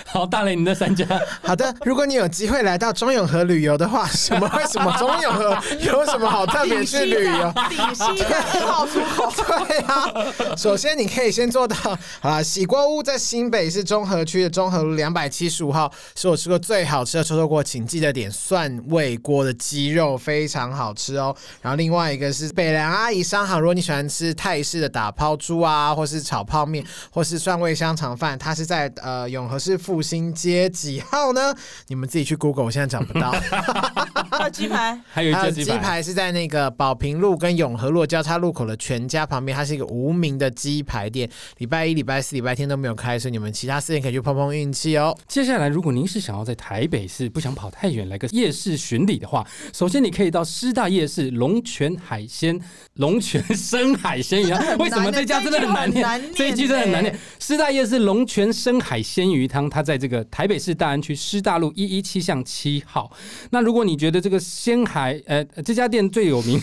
[SPEAKER 2] 好，大雷，你那三家，
[SPEAKER 3] 好的，如果你有机会来到中永和旅游的话，什么为什么中永和有什么好特别去旅游？
[SPEAKER 4] 底西在二号出口。
[SPEAKER 3] 对啊，首先你可以先做到好啦，喜锅屋在新北市中和区的中和路两百七十五号，是我吃过最好吃的臭臭锅，请记得点蒜味锅的鸡肉，非常好吃哦。然后另外一个是北凉阿姨商行，如果你喜欢吃泰式的打抛猪啊，或是炒泡面，或是蒜味香肠饭，它是在呃永和市复兴街几号呢？ 你们自己去 Google，我现在找不到。
[SPEAKER 4] 还有鸡排，
[SPEAKER 2] 还有一
[SPEAKER 3] 还
[SPEAKER 2] 家
[SPEAKER 3] 有
[SPEAKER 2] 鸡
[SPEAKER 3] 鸡
[SPEAKER 2] 排。
[SPEAKER 3] 排是在那个宝平路跟永和路交叉路口的全家旁边，它是一个无名的鸡排店。礼拜一、礼拜四、礼拜天都没有开，所以你们其他四天可以去碰碰运气哦。
[SPEAKER 2] 接下来，如果您是想要在台北市不想跑太远，来个夜市巡礼的话，首先你可以到师大夜市龙泉海鲜、龙泉生海鲜鱼啊。 为什么这家真的很难念？这一句真的很难念。师大夜市龙泉生海鲜鱼汤，它在这个台北市大安区师大路一一七巷七号。那如果你觉得这个鲜海，呃，这家店最有 名，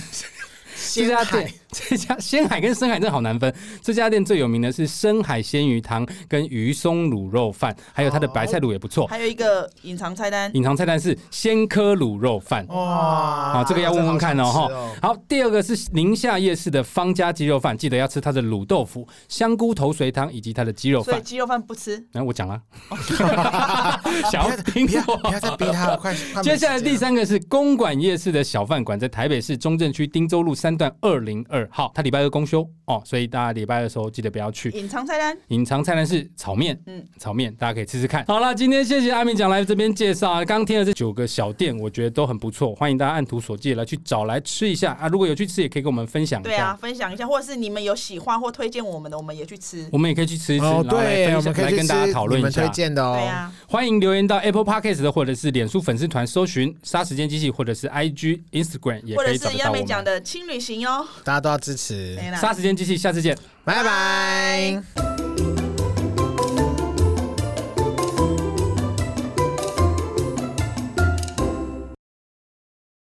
[SPEAKER 2] 这
[SPEAKER 3] 鲜
[SPEAKER 2] 家
[SPEAKER 3] 海
[SPEAKER 2] 店，这家鲜海跟深海真的好难分。这家店最有名的是深海鲜鱼汤跟鱼松卤肉饭，还有它的白菜卤也不错。
[SPEAKER 4] 还有一个隐藏菜单，
[SPEAKER 2] 隐藏菜单是鲜科卤肉饭。
[SPEAKER 3] 哇
[SPEAKER 2] 好，这个要问问看哦，
[SPEAKER 3] 哦啊好
[SPEAKER 2] 哈
[SPEAKER 3] 想吃哦。
[SPEAKER 2] 好，第二个是宁夏夜市的方家鸡肉饭，记得要吃它的卤豆腐、香菇头髓汤以及它的鸡肉
[SPEAKER 4] 所以
[SPEAKER 2] 饭。
[SPEAKER 4] 鸡肉饭不吃。
[SPEAKER 2] 然后我讲 了，想要听
[SPEAKER 3] 不要
[SPEAKER 2] 我
[SPEAKER 3] 不要再逼他了，快！快没
[SPEAKER 2] 接下来
[SPEAKER 3] 时间
[SPEAKER 2] 第
[SPEAKER 3] 了
[SPEAKER 2] 三个是公馆夜市的小饭馆，在台北市中正区汀州路三段二零二号，它礼拜二公休哦，所以大家礼拜二的时候记得不要去。
[SPEAKER 4] 隐藏菜单，
[SPEAKER 2] 隐藏菜单是炒面，嗯
[SPEAKER 4] 嗯，
[SPEAKER 2] 炒面大家可以吃吃看。好了，今天谢谢阿明讲来这边介绍啊，刚听的这九个小店，我觉得都很不错，欢迎大家按图索骥来去找来吃一下啊。如果有去吃，也可以跟我们分享一下。
[SPEAKER 4] 对啊，，分享一下，或者是你们有喜欢或推荐我们的，我们也去吃。
[SPEAKER 2] 我们也可以去吃一吃，
[SPEAKER 3] 哦，
[SPEAKER 2] 然后来分
[SPEAKER 3] 对，
[SPEAKER 2] 享
[SPEAKER 3] 我们可以
[SPEAKER 2] 来
[SPEAKER 3] 去
[SPEAKER 2] 跟大
[SPEAKER 3] 吃
[SPEAKER 2] 家讨论
[SPEAKER 3] 你
[SPEAKER 2] 一
[SPEAKER 3] 们推
[SPEAKER 2] 下。
[SPEAKER 3] 荐的哦。
[SPEAKER 4] 对啊，
[SPEAKER 2] 欢迎留言到 Apple Podcast 的或者是脸书粉丝团搜寻“杀时间机器”或者是 IG、Instagram 也
[SPEAKER 4] 或
[SPEAKER 2] 可
[SPEAKER 4] 者
[SPEAKER 2] 以找
[SPEAKER 4] 是
[SPEAKER 2] 得到
[SPEAKER 4] 亚
[SPEAKER 2] 我
[SPEAKER 4] 美讲
[SPEAKER 2] 们。
[SPEAKER 4] 的轻旅行哟。哦哎
[SPEAKER 2] 啊
[SPEAKER 3] 大家都要支持，
[SPEAKER 4] 没啦
[SPEAKER 2] 杀时间机器，下次见。
[SPEAKER 3] 拜拜。